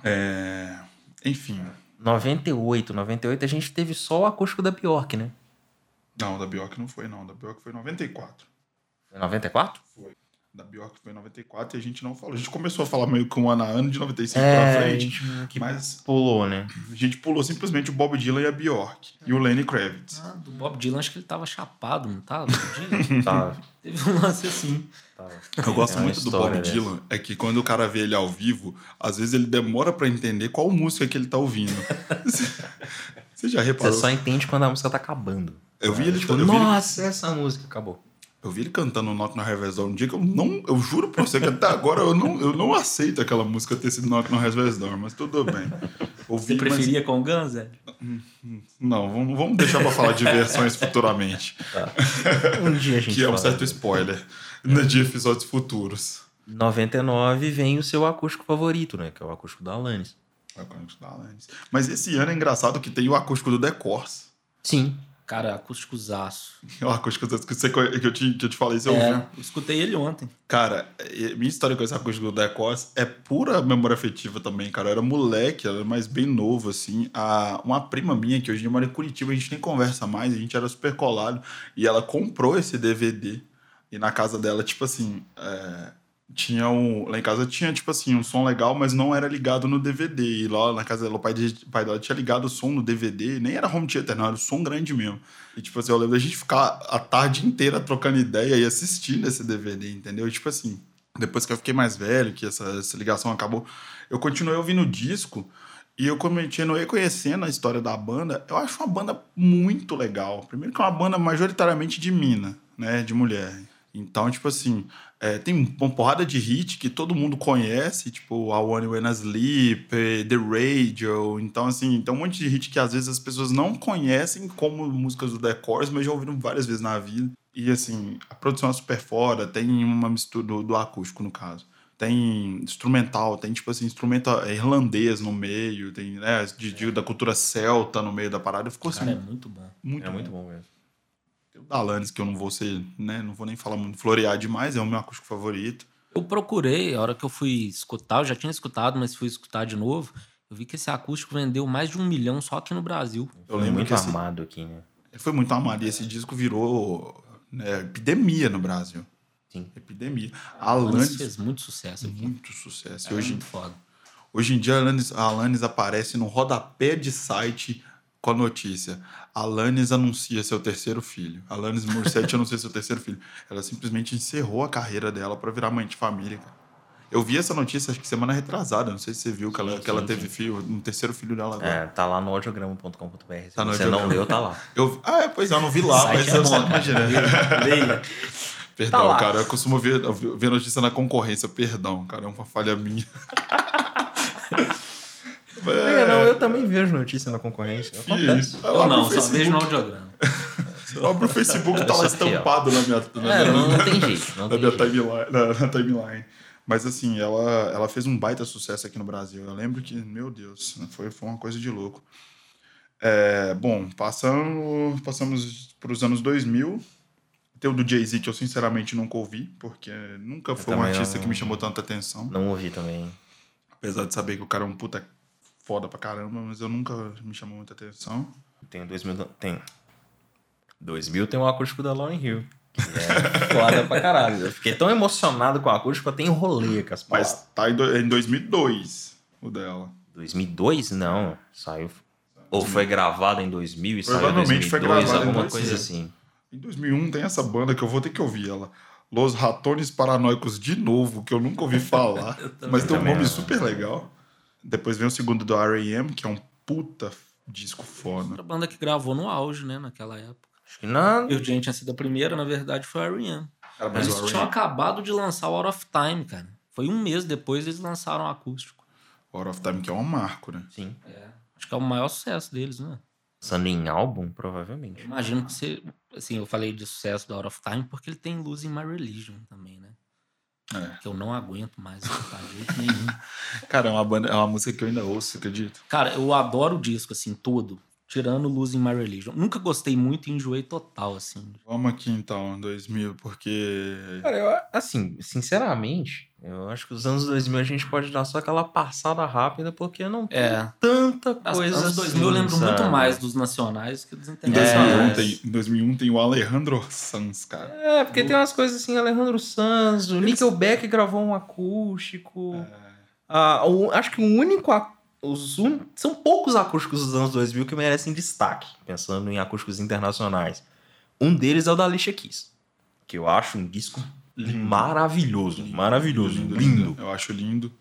É, Enfim. 98, 98 a gente teve só o acústico da Bjork, né? Não, da Bjork não foi, não. Da Bjork foi em 94. Foi 94? da Bjork foi em 94 e a gente não falou. A gente começou a falar meio que um ano a ano, de 95 pra É, a frente, gente que mas pulou, né? a gente pulou simplesmente o Bob Dylan e a Bjork e o Lenny Kravitz. Ah, do Bob Dylan, acho que ele tava chapado, não tava? Outro dia? [LAUGHS] Tava, Teve um lance assim. tava. Eu gosto É uma muito do história Bob dessa. Dylan, é que quando o cara vê ele ao vivo, às vezes ele demora pra entender qual música que ele tá ouvindo. [LAUGHS] Você já Você reparou? só entende quando a música tá acabando. Eu vi ele, Tipo, eu vi ele nossa, essa música acabou. Eu vi ele cantando Knock na Reverse Door um dia que eu não. Eu juro pra você que até agora eu não, eu não aceito aquela música ter sido Knock na Reverse Door, mas tudo [LAUGHS] bem. Ouvi, Você mas- preferia com o Guns, é? Zé? Não, vamos, vamos deixar pra falar [LAUGHS] de versões futuramente. Um dia a gente Que é um fala. É. certo spoiler né, de episódios futuros. 99 vem o seu acústico favorito, né? Que é o acústico da Alanis. É o Cônico da Alanis. Mas esse ano é engraçado que tem o acústico do Decors. Sim. Cara, acústico zaço. [LAUGHS] O acústico do- que, você conhe- que eu te, que eu te falei, você É, ouviu. né? eu escutei ele ontem. Cara, e- minha história com esse acústico do Decors é pura memória afetiva também, cara. Eu era moleque, eu era mais bem novo, assim. A, uma prima minha, que hoje em dia mora em Curitiba, a gente nem conversa mais, a gente era super colado. E ela comprou esse DVD. E na casa dela, tipo assim, é, tinha um. Lá em casa tinha, tipo assim, um som legal, mas não era ligado no DVD. E lá na casa dela, o pai, de- o pai dela tinha ligado o som no DVD, nem era home theater, não, era o som grande mesmo. E, tipo assim, eu lembro da gente ficar a tarde inteira trocando ideia e assistindo esse DVD, entendeu? E, tipo assim, depois que eu fiquei mais velho, que essa, essa ligação acabou, eu continuei ouvindo disco. E eu continuei conhecendo a história da banda. Eu acho uma banda muito legal. Primeiro que é uma banda majoritariamente de mina, né? De mulher. Então, tipo assim, é, tem uma porrada de hit que todo mundo conhece, tipo A One When I Sleep, eh, The Radio. Então, assim, tem um monte de hit que às vezes as pessoas não conhecem como músicas do The Chorus, mas já ouviram várias vezes na vida. E, assim, a produção é super fora, tem uma mistura do- do acústico, no caso tem instrumental, tem tipo assim, instrumento irlandês no meio, tem né, de, de- da cultura celta no meio da parada. Ficou assim, Cara, é muito bom. muito, É muito bom mesmo. Tem o Dalanes, que eu não vou ser, né, não vou nem falar muito, florear demais, é o meu acústico favorito. Eu procurei, a hora que eu fui escutar, eu já tinha escutado, mas fui escutar de novo. Eu vi que esse acústico vendeu mais de um milhão só aqui no Brasil. Eu Foi lembro muito que esse, amado aqui, né? ele foi muito amado e esse disco virou né, epidemia no Brasil. Sim. Epidemia. A Alanis Alanis fez muito sucesso aqui. muito sucesso. E Era hoje, muito foda. Hoje em dia, a Alanis, a Alanis aparece no rodapé de site com a notícia. A Alanis anuncia seu terceiro filho. A Alanis [LAUGHS] Morissette anuncia seu terceiro filho. Ela simplesmente encerrou a carreira dela para virar mãe de família, cara. Eu vi essa notícia, acho que semana retrasada. Não sei se você viu que ela, que ela sim, teve filho, um terceiro filho dela agora. É, tá lá no audiograma.com.br. Se Tá no você não audiograma. leu, tá [LAUGHS] lá. Eu, ah, é, pois é, eu não vi lá, Site mas é eu bom, só cara. [LAUGHS] imaginei. Leia. Perdão, Tá lá. cara. Eu costumo ver, ver notícia na concorrência. Perdão, cara. É uma falha [LAUGHS] minha. [LAUGHS] É, não, eu também vejo notícia na concorrência. Acontece. Ih, Eu abre o não, só Facebook. vejo no audiograma. [LAUGHS] Abre o Facebook, tá lá Eu sou fiel. estampado na minha, na É, minha- não, não tem jeito. Não na tem minha jeito. timeline, na, na timeline. Mas assim, ela, ela fez um baita sucesso aqui no Brasil. Eu lembro que, meu Deus, foi, foi uma coisa de louco. É, bom, passando, passamos para os anos 2000. Tem o do Jay-Z, que eu sinceramente nunca ouvi, porque nunca foi um também artista não- que me chamou tanta atenção. Não ouvi também. Apesar de saber que o cara é um puta foda pra caramba, mas eu nunca me chamou muita atenção. Tem 2000. do- Tem. 2000 tem um acústico da Lauren Hill. Que é foda pra caralho. Eu fiquei tão emocionado com o acústico, eu até enrolei com as palavras. Mas tá em, do- em 2002 o dela. 2002? Não. Saiu. Ou foi gravado em 2000 e saiu em Provavelmente 2002, foi gravado em alguma 2000. coisa assim. Em 2001 tem essa banda que eu vou ter que ouvir ela. Los Ratones Paranoicos de novo, que eu nunca ouvi [LAUGHS] falar, mas tem um também nome não. super legal. Depois vem o segundo do R.A.M., que é um puta disco foda. Outra banda que gravou no auge, né, naquela época. Acho que não. E o Jane tinha sido a primeira, na verdade, foi a R.E.M. Cara, mas Eles o tinham R.E.M., acabado de lançar o Out of Time, cara. Foi um mês depois eles lançaram o acústico. Out of Time, que é um marco, né? Sim. Acho que é o maior sucesso deles, né? Pensando em álbum, provavelmente. Imagino que você. Assim, eu falei de sucesso do Out of Time porque ele tem Luz in My Religion também, né? É. Que eu não aguento mais escutar de jeito nenhum. [LAUGHS] Cara, é uma, banda, é uma música que eu ainda ouço, você acredita? Cara, eu adoro o disco, assim, todo. Tirando Luz in My Religion. Nunca gostei muito e enjoei total, assim. Vamos aqui então, 2000, porque. Cara, eu, assim, sinceramente, eu acho que os anos 2000 a gente pode dar só aquela passada rápida, porque não tem É. tanta As coisa anos assim, 2000 eu lembro sabe? muito mais dos nacionais que dos é. Em internacionais. 2001, É. né? tem, em 2001 tem o Alejandro Sanz, cara. É, porque tem umas coisas assim, Alejandro Sanz, o Nickelback gravou um acústico. É. Ah, o- acho que o único. a- Os un- São poucos acústicos dos anos 2000 que merecem destaque, pensando em acústicos internacionais. Um deles é o da Alicia Keys, que eu acho um disco Lindo. maravilhoso, maravilhoso, lindo. Eu acho lindo.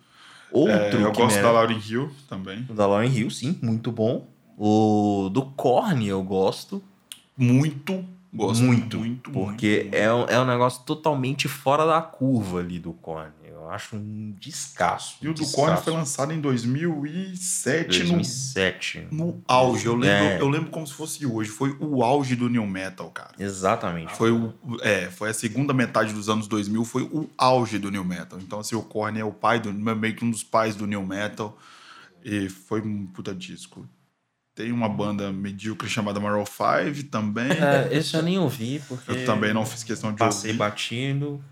Outro É, eu que gosto mere- da Lauryn Hill também. o da Lauren Hill, sim, muito bom. O do Korn eu gosto. Muito. Gosto Muito, muito Porque muito, é, um- é um negócio totalmente fora da curva ali do Korn. Eu acho um descasso. E o do descasso. Korn foi um lançado em 2007, no- 2007. No, auge. Eu lembro, É. eu lembro como se fosse hoje. Foi o auge do New Metal, cara. Exatamente. Foi, o, é, foi a segunda metade dos anos 2000, foi o auge do New Metal. Então, assim, o Korn é o pai, do, meio que um dos pais do New Metal. E foi um puta disco. Tem uma banda medíocre chamada Maroon 5 também. É, esse eu nem ouvi, porque. Eu também não fiz questão de Passei ouvir. batido.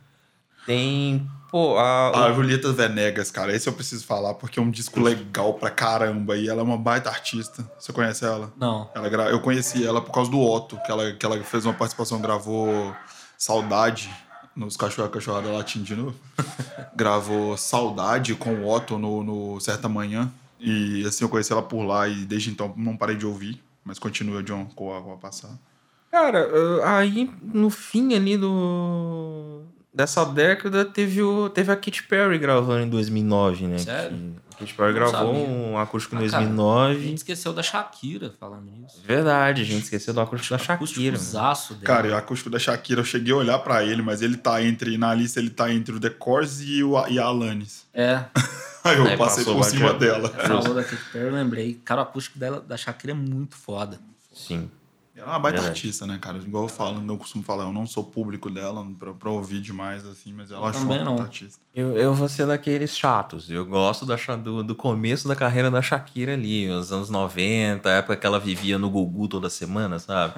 Tem. Pô, a. A Julieta Venegas, cara, esse eu preciso falar porque é um disco legal pra caramba e ela é uma baita artista. Você conhece ela? Não. Ela gra- Eu conheci ela por causa do Otto, que ela, que ela fez uma participação, gravou Saudade nos Cachorro Cachorrada Latim de novo. [LAUGHS] Gravou Saudade com o Otto no, no Certa Manhã. E assim eu conheci ela por lá e desde então não parei de ouvir. Mas continua, John, com a, com a passada. Cara, eh, aí no fim ali do. Dessa década teve, o, teve a Katy Perry gravando em 2009, né? Sério? Que- a Katy Perry Não gravou sabia. um acústico em Ah, cara, A 2009. gente esqueceu da Shakira falando nisso. Verdade, a gente esqueceu do acústico da Shakira. né? Acústicozaço dela. Cara, e o acústico da Shakira, eu cheguei a olhar pra ele, mas ele tá entre, na lista, ele tá entre o The Corrs e, o, e a Alanis. É, Aí eu Aí passei passou por batido. cima dela. falou da Katy Perry, eu lembrei. Cara, o acústico dela, da Shakira é muito foda. Sim. Ela é uma baita Verdade. artista, né, cara? Igual eu falo, eu costumo falar, eu não sou público dela pra, pra ouvir demais, assim, mas ela Eu achou também uma não. baita artista. Eu, eu vou ser daqueles chatos. Eu gosto da, Sha- do, do começo da carreira da Shakira ali, os anos 90, a época que ela vivia no Gugu toda semana, sabe?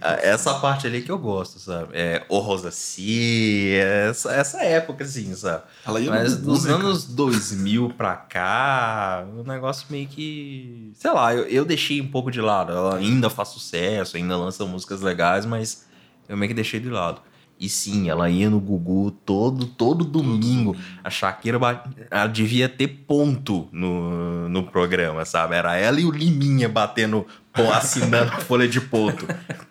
Ah, Essa parte ali que eu gosto, sabe? É, o Rosa Si, essa, essa época, assim, sabe? Ela ia Mas no Gugu, dos né, anos 2000 pra cá, o negócio meio que. Sei lá, eu, eu deixei um pouco de lado. Ela ainda faz sucesso, ainda lança músicas legais, mas eu meio que deixei de lado. E sim, ela ia no Gugu todo, todo domingo. A Shakira ba- ela devia ter ponto no, no programa, sabe? Era ela e o Liminha batendo, pô, assinando folha [LAUGHS] de ponto.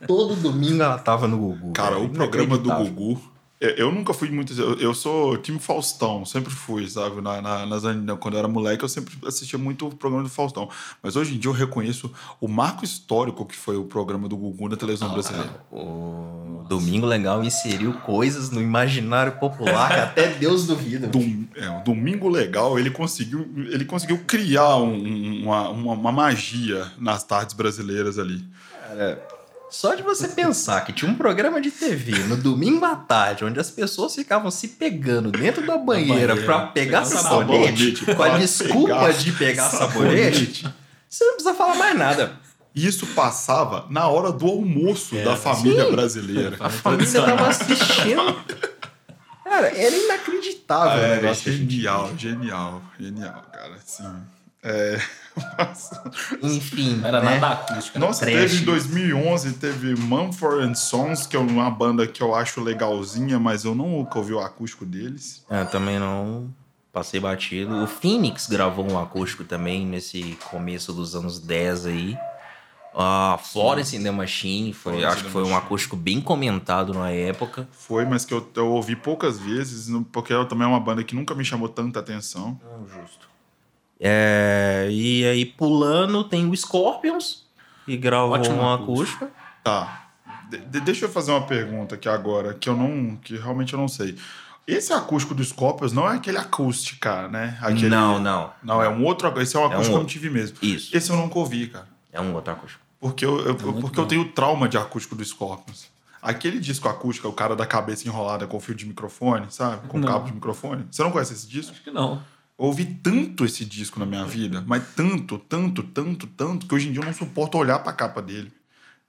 Todo domingo ela tava no Gugu. Cara, Era o programa do É inacreditável. Gugu. Eu, eu nunca fui muito. Eu, eu sou time Faustão, sempre fui, sabe? Na, na- nas, an- quando eu era moleque, eu sempre assistia muito o programa do Faustão. Mas hoje em dia eu reconheço o marco histórico que foi o programa do Gugu na televisão Ah, brasileira. O Domingo Legal inseriu coisas no imaginário popular que até Deus duvida. Dom- é, o Domingo Legal, ele conseguiu, ele conseguiu criar um- uma, uma- uma magia nas tardes brasileiras ali. Só de você pensar que tinha um programa de TV no domingo à tarde, onde as pessoas ficavam se pegando dentro da banheira banheira, pra pegar pegando sabonete, sabonete, com a pra desculpa pegar de pegar sabonete, você não precisa falar mais nada. E isso passava na hora do almoço É, da família brasileira. A tá família né? tava assistindo. Cara, era inacreditável o É, negócio. que a gente genial, genial, genial, cara. Assim, é, mas- tinha. Enfim, Não era né? nada acústico. era Nossa, trash. teve em 2011, teve Mumford Sons, que é uma banda que eu acho legalzinha, mas eu nunca ouvi o acústico deles. É, também não passei batido. O Phoenix gravou um acústico também nesse começo dos anos 10 aí. A Florence in the Machine, foi- Florence in acho the que foi um Machine. acústico bem comentado na época. Foi, mas que eu, eu ouvi poucas vezes, no- porque ela também é uma banda que nunca me chamou tanta atenção. justo. É, e aí, pulando, tem o Scorpions, que gravou Ótimo um acústico. acústico. Tá. de- de- deixa eu fazer uma pergunta aqui agora, que eu não. que realmente eu não sei. Esse acústico do Scorpions não é aquele acústica, né? Aquele- Não, não. Não, é um outro. ac- Esse é um um acústico que eu não outro. tive mesmo. Isso, Esse eu nunca ouvi, cara. é um outro acústico. Porque eu, eu- muito porque eu bom. tenho trauma de acústico do Scorpions. Aquele disco acústico, o cara da cabeça enrolada com fio de microfone, sabe? Com Não. cabo de microfone. Você não conhece esse disco? Acho que não. Eu ouvi tanto esse disco na minha vida, mas tanto, tanto, tanto, tanto, que hoje em dia eu não suporto olhar pra capa dele.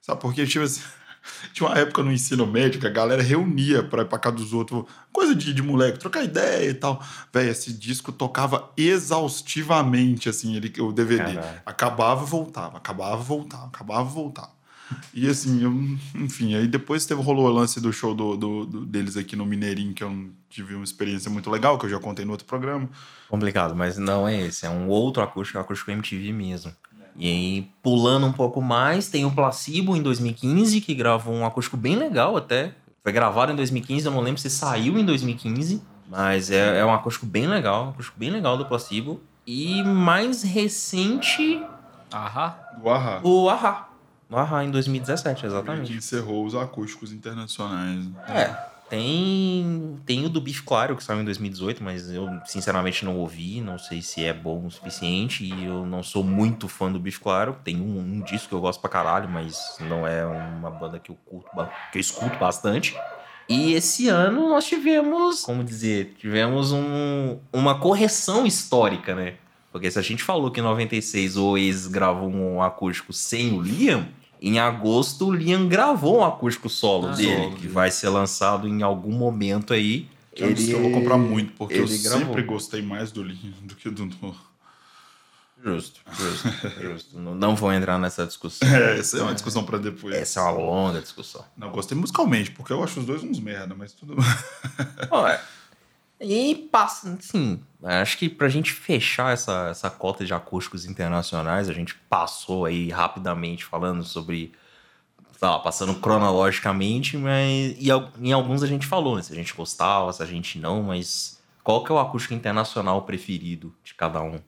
Sabe? Porque tipo, assim, [LAUGHS] tinha uma época no ensino médio que a galera reunia pra ir pra casa dos outros, coisa de, de moleque, trocar ideia e tal. Véi, esse disco tocava exaustivamente, assim, ele, o DVD. Caralho. Acabava e voltava, acabava e voltava, acabava e voltava. E assim, eu- enfim, aí depois teve, rolou o lance do show do, do- do- deles aqui no Mineirinho, que eu tive uma experiência muito legal, que eu já contei no outro programa. Complicado, mas não é esse. É um outro acústico, é um acústico MTV mesmo. E aí, pulando um pouco mais, tem o Placebo em 2015, que gravou um acústico bem legal até. Foi gravado em 2015, eu não lembro se saiu em 2015, mas é, é um acústico bem legal, um acústico bem legal do Placebo. E mais recente, Ahá. Do Ahá. o Ahá. O Ahá em 2017, Que exatamente. encerrou os acústicos internacionais. É. Tem, tem o do Bife Claro, que saiu em 2018, mas eu sinceramente não ouvi, não sei se é bom o suficiente, e eu não sou muito fã do Bife Claro. Tem um, um disco que eu gosto pra caralho, mas não é uma banda que eu curto, ba- que eu escuto bastante. E esse ano nós tivemos, como dizer, tivemos um- uma correção histórica, né? Porque se a gente falou que em 96 o Oasis gravou um acústico sem o Liam, em agosto o Liam gravou um acústico solo Ah, dele, solo, que viu? vai ser lançado em algum momento aí. Que é um disco que eu vou comprar muito, porque eu ele gravou. sempre gostei mais do Lean do que do. do- Justo, justo, justo. Não, não vou entrar nessa discussão. [LAUGHS] [LAUGHS] É, essa é uma discussão pra depois. Essa é uma longa discussão. Não, eu gostei musicalmente, porque eu acho os dois uns merda, mas tudo bem. [LAUGHS] Ó, é. E passa, sim. Acho que pra gente fechar essa, essa cota de acústicos internacionais, a gente passou aí rapidamente falando sobre. Tá, passando cronologicamente, mas. E al- em alguns a gente falou, né? Se a gente gostava, se a gente não, mas. Qual que é o acústico internacional preferido de cada um?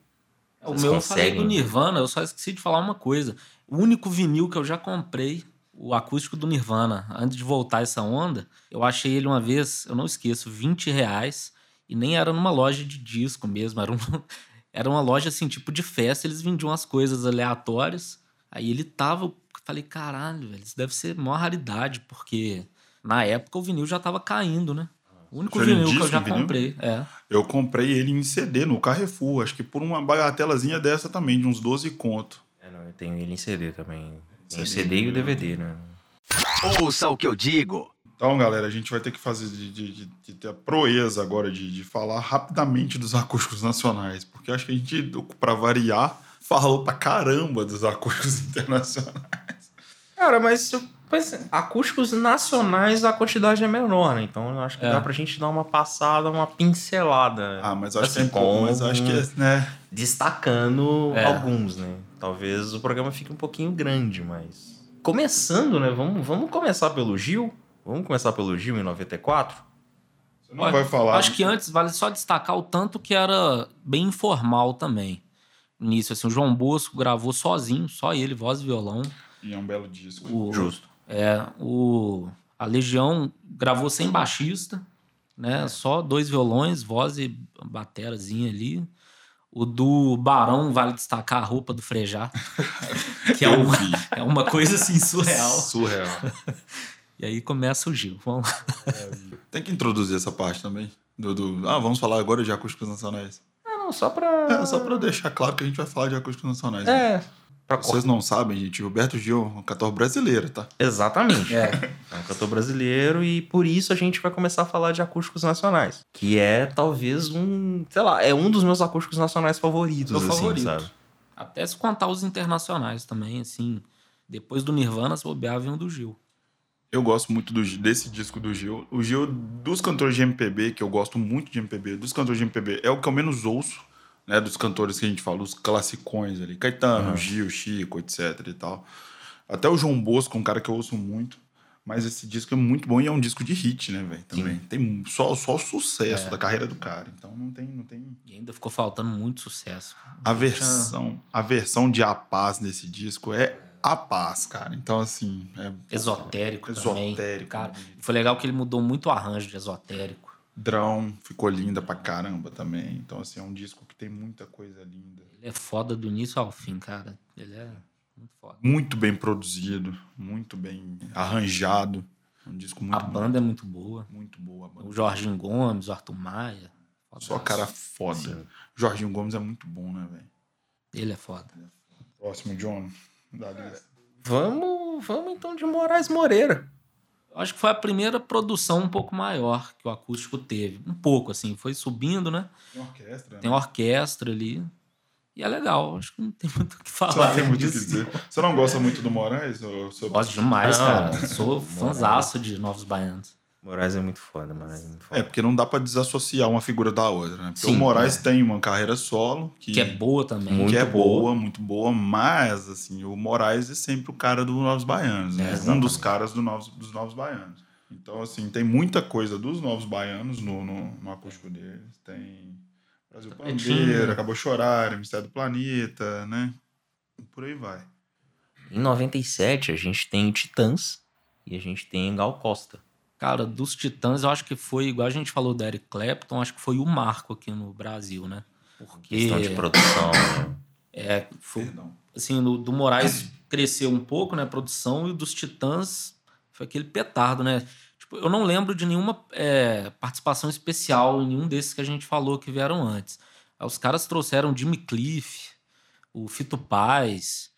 O Vocês meu eu falei conseguem? do Nirvana, eu só esqueci de falar uma coisa. O único vinil que eu já comprei, o acústico do Nirvana, antes de voltar essa onda, eu achei ele uma vez, eu não esqueço, 20 reais. E nem era numa loja de disco mesmo, era, um, era uma [LAUGHS] loja assim, tipo de festa, eles vendiam as coisas aleatórias. Aí ele tava, eu falei, caralho, velho, isso deve ser maior raridade, porque na época o vinil já tava caindo, né? O único Era em vinil que eu disco, já vinil? comprei. É. Eu comprei ele em CD no Carrefour, acho que por uma bagatelazinha dessa também, de uns 12 conto. É, não, eu tenho ele em CD também. Tem CD, o CD e o né? DVD, né? Ouça o que eu digo. Então, galera, a gente vai ter que fazer de, de- de- de ter a proeza agora de, de falar rapidamente dos acústicos nacionais, porque acho que a gente, pra variar, falou pra caramba dos acústicos [LAUGHS] internacionais. Cara, mas, eu- mas acústicos nacionais a quantidade é menor, né? Então eu acho que É. dá pra gente dar uma passada, uma pincelada. Ah, mas eu Tá acho Assim, que é bom, mas eu como- acho que é, né? Destacando É. alguns, né? Talvez o programa fique um pouquinho grande, mas. Começando, né? Vamos, vamos começar pelo Gil? Vamos começar pelo Gil em 94? Você não vai falar. Acho que antes vale só destacar o tanto que era bem informal também. Nisso, assim, o João Bosco gravou sozinho, só ele, voz e violão. E é um belo disco. O, Justo. é, o, a Legião gravou sem baixista, né? Só dois violões, voz e baterazinha ali. O do Barão vale destacar a roupa do Frejá, [LAUGHS] que é Eu uma, vi. é uma coisa assim surreal. Surreal. E aí começa o Gil. Vamos lá. Tem que introduzir essa parte também. Do, do- Ah, vamos falar agora de acústicos nacionais. Ah, não, só pra. É, só pra deixar claro que a gente vai falar de acústicos nacionais. né? É. Pra cortar. Vocês não sabem, gente, Gilberto Gil é um cantor brasileiro, tá? Exatamente. É. É um cantor brasileiro e por isso a gente vai começar a falar de acústicos nacionais. Que é talvez um, sei lá, é um dos meus acústicos nacionais favoritos, Meu assim, favorito. sabe? Até se contar os internacionais também, assim. Depois do Nirvana, se bobear, vem o do Gil. Eu gosto muito do Gil- desse disco do Gil. O Gil, dos cantores de MPB, que eu gosto muito de MPB, dos cantores de MPB, é o que eu menos ouço, né? Dos cantores que a gente fala, os classicões ali. Caetano, Uhum. Gil, Chico, etc e tal. Até o João Bosco, um cara que eu ouço muito. Mas esse disco é muito bom e é um disco de hit, né, velho? Também. Tem só, só o sucesso da carreira do cara. Então não tem, não tem E ainda ficou faltando muito sucesso. A versão, a versão de A Paz nesse disco é A Paz, cara. Então, assim, é Esotérico, também. Esotérico. né? Cara, foi legal que ele mudou muito o arranjo de esotérico. Drão ficou linda pra caramba também. Então, assim, é um disco que tem muita coisa linda. Ele é foda do início ao fim, cara. Ele é muito foda. Muito bem produzido, muito bem arranjado. É Um disco muito a banda é muito boa. bom, muito boa. a banda. O Jorginho Gomes, o Arthur Maia. Fodaço. Só cara foda. Jorginho Gomes é muito bom, né, velho? Ele é foda. Próximo, John, da lista. Vamos, vamos então de Moraes Moreira. Eu acho que foi a primeira produção um pouco maior que o acústico teve. Um pouco, assim. Foi subindo, né? Tem orquestra, Tem né? uma orquestra ali. E é legal. Acho que não tem [LAUGHS] muito o que Você não falar. tem muito o que disso. dizer. Você não gosta muito do Moraes? Ou Eu sobre... Gosto demais, Não, cara. Sou fãzaço de Novos Baianos. Moraes é muito foda, Moraes é muito foda. É, porque não dá pra desassociar uma figura da outra, né? Porque Sim, o Moraes tem uma carreira solo, que, é. Que é boa também. que Muito é boa, boa. muito boa, mas, assim, o Moraes é sempre o cara do Novos Baianos, É, né? um exatamente. dos caras do Novos, dos Novos Baianos. Então, assim, tem muita coisa dos Novos Baianos no, no, no acústico deles. Tem Brasil tinha. Pandeiro, Acabou Chorar, Mistério do Planeta, né? E Por aí vai. É. Em 97 a gente tem Titãs e a gente tem Gal Costa. Cara, dos Titãs, eu acho que foi, igual a gente falou do Eric Clapton, acho que foi o marco aqui no Brasil, né? Porque Questão de produção. né? é, foi, Perdão. assim, no- do Moraes cresceu um pouco, né, a produção, e o dos Titãs foi aquele petardo, né? Tipo, eu não lembro de nenhuma é, participação especial em nenhum desses que a gente falou que vieram antes. Aí os caras trouxeram Jimmy Cliff, o Fito Paz,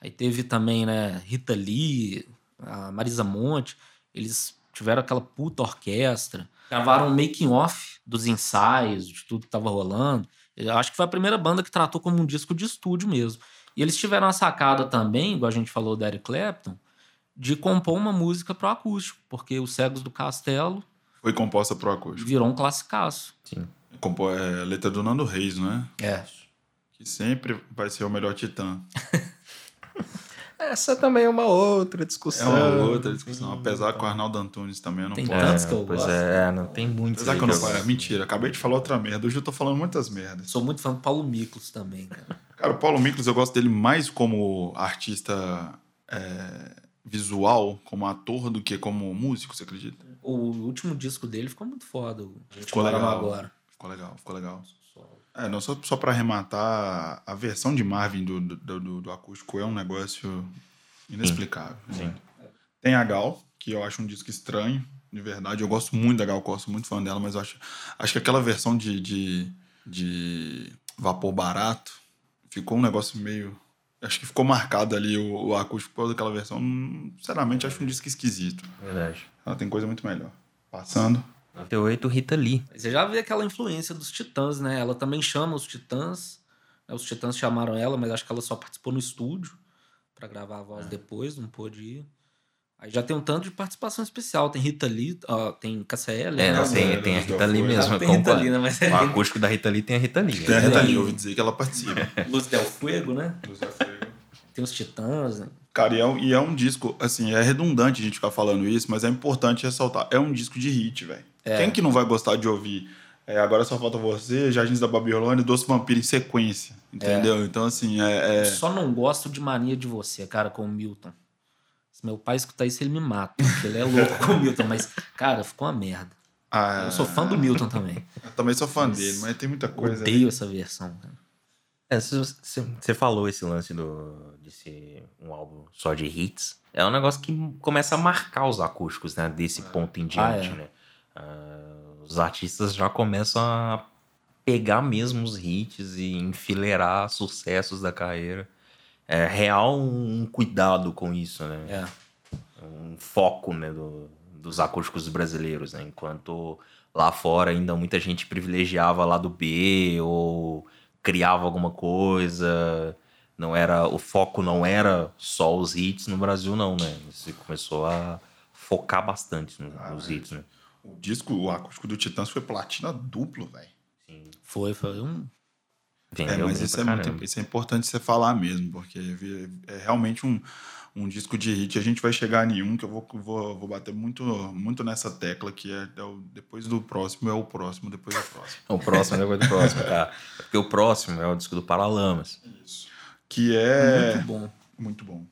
aí teve também, né, Rita Lee, a Marisa Monte. Eles tiveram aquela puta orquestra, gravaram um making off dos ensaios, de tudo que tava rolando. Eu acho que foi a primeira banda que tratou como um disco de estúdio mesmo. E eles tiveram a sacada também, igual a gente falou do Eric Clapton, de compor uma música pro acústico, porque Os Cegos do Castelo Foi composta pro acústico. virou um classicaço. Compo... É, letra do Nando Reis, não é? É. Que sempre vai ser o melhor titã. Essa também é uma outra É discussão. uma outra discussão. Apesar que o Arnaldo Antunes também eu não Tem posso. tantos que eu pois gosto. é, é, não tem muitos. Apesar aí que eu não eu gosto. paro. Mentira, acabei de falar outra merda. Hoje eu tô falando muitas merdas. Sou muito fã do Paulo Miklos também, cara. Cara, o Paulo Miklos, eu gosto dele mais como artista é, visual, como ator, do que como músico, você acredita? O último disco dele ficou muito foda. o A gente Ficou falava legal. agora. Ficou legal, ficou legal. É, não, só, só pra arrematar, a versão de Marvin do, do, do- do acústico é um negócio inexplicável. né? Tem a Gal, que eu acho um disco estranho, de verdade. Eu gosto muito da Gal Costa, sou muito fã dela, mas eu acho, acho que aquela versão de, de, de Vapor Barato ficou um negócio meio. Acho que ficou marcado ali o, o acústico por causa daquela versão. Hum, Sinceramente, acho um disco esquisito. Verdade. Ela tem coisa muito melhor. Passando. 98, Rita Lee. Você já vê aquela influência dos Titãs, né? Ela também chama os Titãs. né? Os Titãs chamaram ela, mas acho que ela só participou no estúdio pra gravar a É. voz depois, não pôde ir. Aí já tem um tanto de participação especial. Tem Rita Lee, ó, tem Cassaelle. É, não, não, tem, não, tem a não, Rita não, Lee não, mesmo. é Não né? tem Rita concordo. Lee, né? Mas O [LAUGHS] é acústico da Rita Lee tem a Rita Lee. né? Tem a Rita aí. Lee, eu ouvi dizer que ela participa. Luz del Fuego, né? Tem os Titãs, né? Cara, e é, um- e é um disco, assim, é redundante a gente ficar falando isso, mas é importante ressaltar. É um disco de hit, velho. É. Quem que não vai gostar de ouvir é, Agora Só Falta Você, Jardins da Babilônia e Doce Vampiro em sequência, entendeu? Então, assim, é... é- Só não gosto de mania de você, cara, com o Milton. Se meu pai escutar isso, ele me mata. porque Ele é louco com o Milton, mas, cara, ficou uma merda. ah, Eu sou fã do Milton também. eu também sou fã dele, mas tem muita coisa. né? Odeio essa versão, cara. É, se Você você falou esse lance do, de ser um álbum só de hits. É um negócio que começa a marcar os acústicos, né? Desse ponto em diante, Ah, é. né? Ah, os artistas já começam a pegar mesmo os hits e enfileirar sucessos da carreira. É real um cuidado com isso, né? É. um foco né, do- dos acústicos brasileiros, né? Enquanto lá fora ainda muita gente privilegiava lá do B ou criava alguma coisa, não era o foco não era só os hits no Brasil não, né? Você começou a focar bastante no- Ah, nos é. hits, né? O disco, o acústico do Titãs foi platina duplo, velho. Foi, foi um. É, Vendeu mas bem isso pra é, muito- caramba. isso é importante você falar mesmo, porque vi- é realmente um, um disco de hit. A gente vai chegar em um que eu vou, vou, vou bater muito, muito nessa tecla, que é, é o- depois do próximo é o próximo, depois é o próximo. O próximo é o negócio do próximo, tá? Porque o próximo é o disco do Paralamas. Que é Muito bom. muito, bom.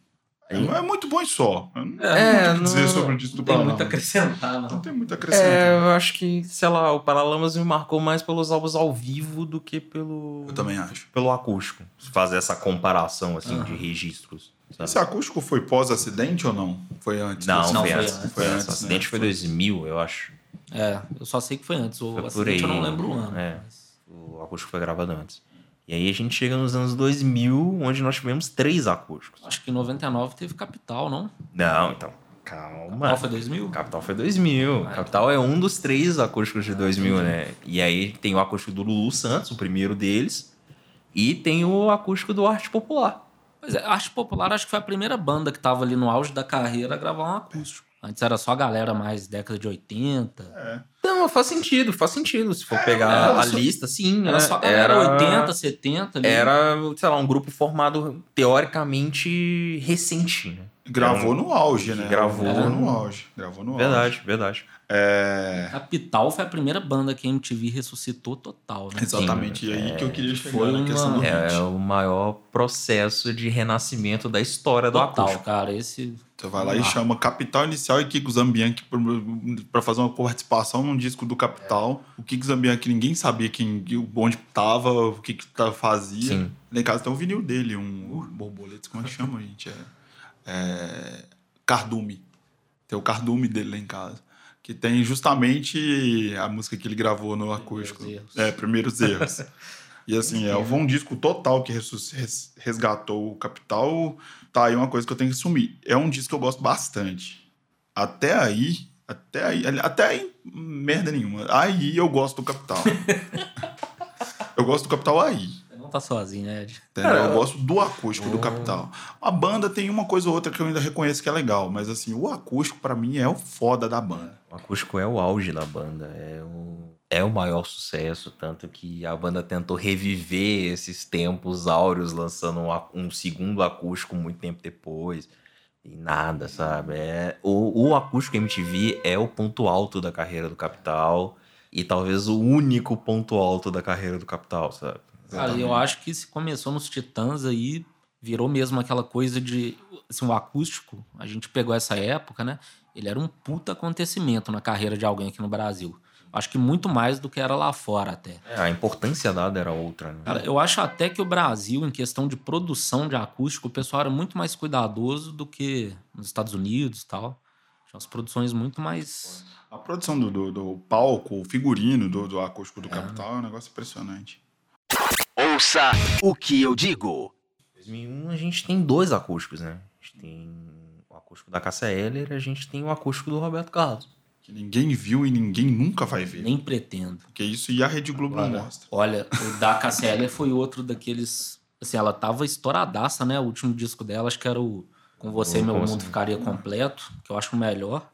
É, mu- é muito bom e só. Eu não É, tenho o que dizer sobre o disco do Não tem Paralamas. muito a acrescentar, Não não. tem muito a É, acrescentar. eu acho que, sei lá, o Paralamas me marcou mais pelos álbuns ao vivo do que pelo. Eu também acho. pelo acústico. Fazer essa comparação, assim, de registros. sabe? é Esse acústico foi pós-acidente ou não? Foi antes? do Tá. Não, acidente? foi foi antes. antes, Foi né? antes. O acidente foi Foi- 2000, eu acho. É, eu só sei que foi antes. O Foi por acidente eu aí, não lembro o ano. é. mas- O acústico foi gravado antes. E aí a gente chega nos anos 2000, onde nós tivemos três acústicos. Acho que em 99 teve Capital, não? Não, então. Calma. Qual foi 2000? Capital foi 2000. Ah, Capital é um dos três acústicos de 2000, né? E aí tem o acústico do Lulu Santos, o primeiro deles. E tem o acústico do Arte Popular. Pois é, Arte Popular acho que foi a primeira banda que tava ali no auge da carreira a gravar um acústico. Antes era só a galera mais década de 80. É. Não, faz sentido, faz sentido. Se for pegar era a É, só- lista, sim. Era assim. né? só a galera Era- 80, 70 ali. era, sei lá, um grupo formado teoricamente recente. Né? Gravou no auge, né? Gravou. no auge. Gravou no auge. Verdade, verdade. É, Capital foi a primeira banda que a MTV ressuscitou total, né? exatamente. e aí que eu queria chegar foi na questão do uma- hit. É o maior processo de renascimento da história É do Total, acústico. cara. Esse Você vai lá Ah. e chama Capital Inicial e Kiko Zambianchi para fazer uma participação num disco do Capital. O Kiko Zambianchi ninguém sabia quem, onde tava, o que, que tá- fazia. Sim. Lá em casa tem um vinil dele, um borboleto, como é que chama, [LAUGHS] gente? É, é, Cardume. Tem o Cardume dele lá em casa. Que tem justamente a música que ele gravou no acústico. Erros. É, Primeiros Erros. e assim, é foi um disco total que ressus- res- resgatou o Capital. Tá aí uma coisa que eu tenho que assumir. É um disco que eu gosto bastante. Até aí, até aí, ali- até aí, merda nenhuma. Aí eu gosto do Capital. Eu gosto do Capital aí. Você não tá sozinho, né, Ed? Entendeu? eu gosto do acústico É. do Capital. A banda tem uma coisa ou outra que eu ainda reconheço que é legal, mas assim, o acústico pra mim é o foda da banda. O acústico é o auge da banda, é o, é o maior sucesso, tanto que a banda tentou reviver esses tempos áureos, lançando um, a- um segundo acústico muito tempo depois. E nada, sabe? É, o, o acústico MTV é o ponto alto da carreira do Capital e talvez o único ponto alto da carreira do Capital, sabe? Cara, eu acho que se começou nos Titãs aí, virou mesmo aquela coisa de. Assim, o acústico, a gente pegou essa época, né? Ele era um puta acontecimento na carreira de alguém aqui no Brasil. Acho que muito mais do que era lá fora até. É, a importância dada era outra, né? Cara, eu acho até que o Brasil, em questão de produção de acústico, o pessoal era muito mais cuidadoso do que nos Estados Unidos e tal. Tinha umas produções muito mais. A produção do, do, do palco, o figurino do, do acústico do Capital é um negócio impressionante. Ouça o que eu digo. 2001 a gente tem dois acústicos, né? A gente tem o acústico da Cássia Eller e a gente tem o acústico do Roberto Carlos. Que ninguém viu e ninguém nunca vai ver. Nem pretendo. Porque isso e a Rede Globo não Agora. mostra. Olha, o da Cassélia foi outro daqueles. Assim, ela tava estouradaça, né? O último disco dela, acho que era o Com Você Com Meu Você. Mundo Ficaria Completo, que eu acho o melhor.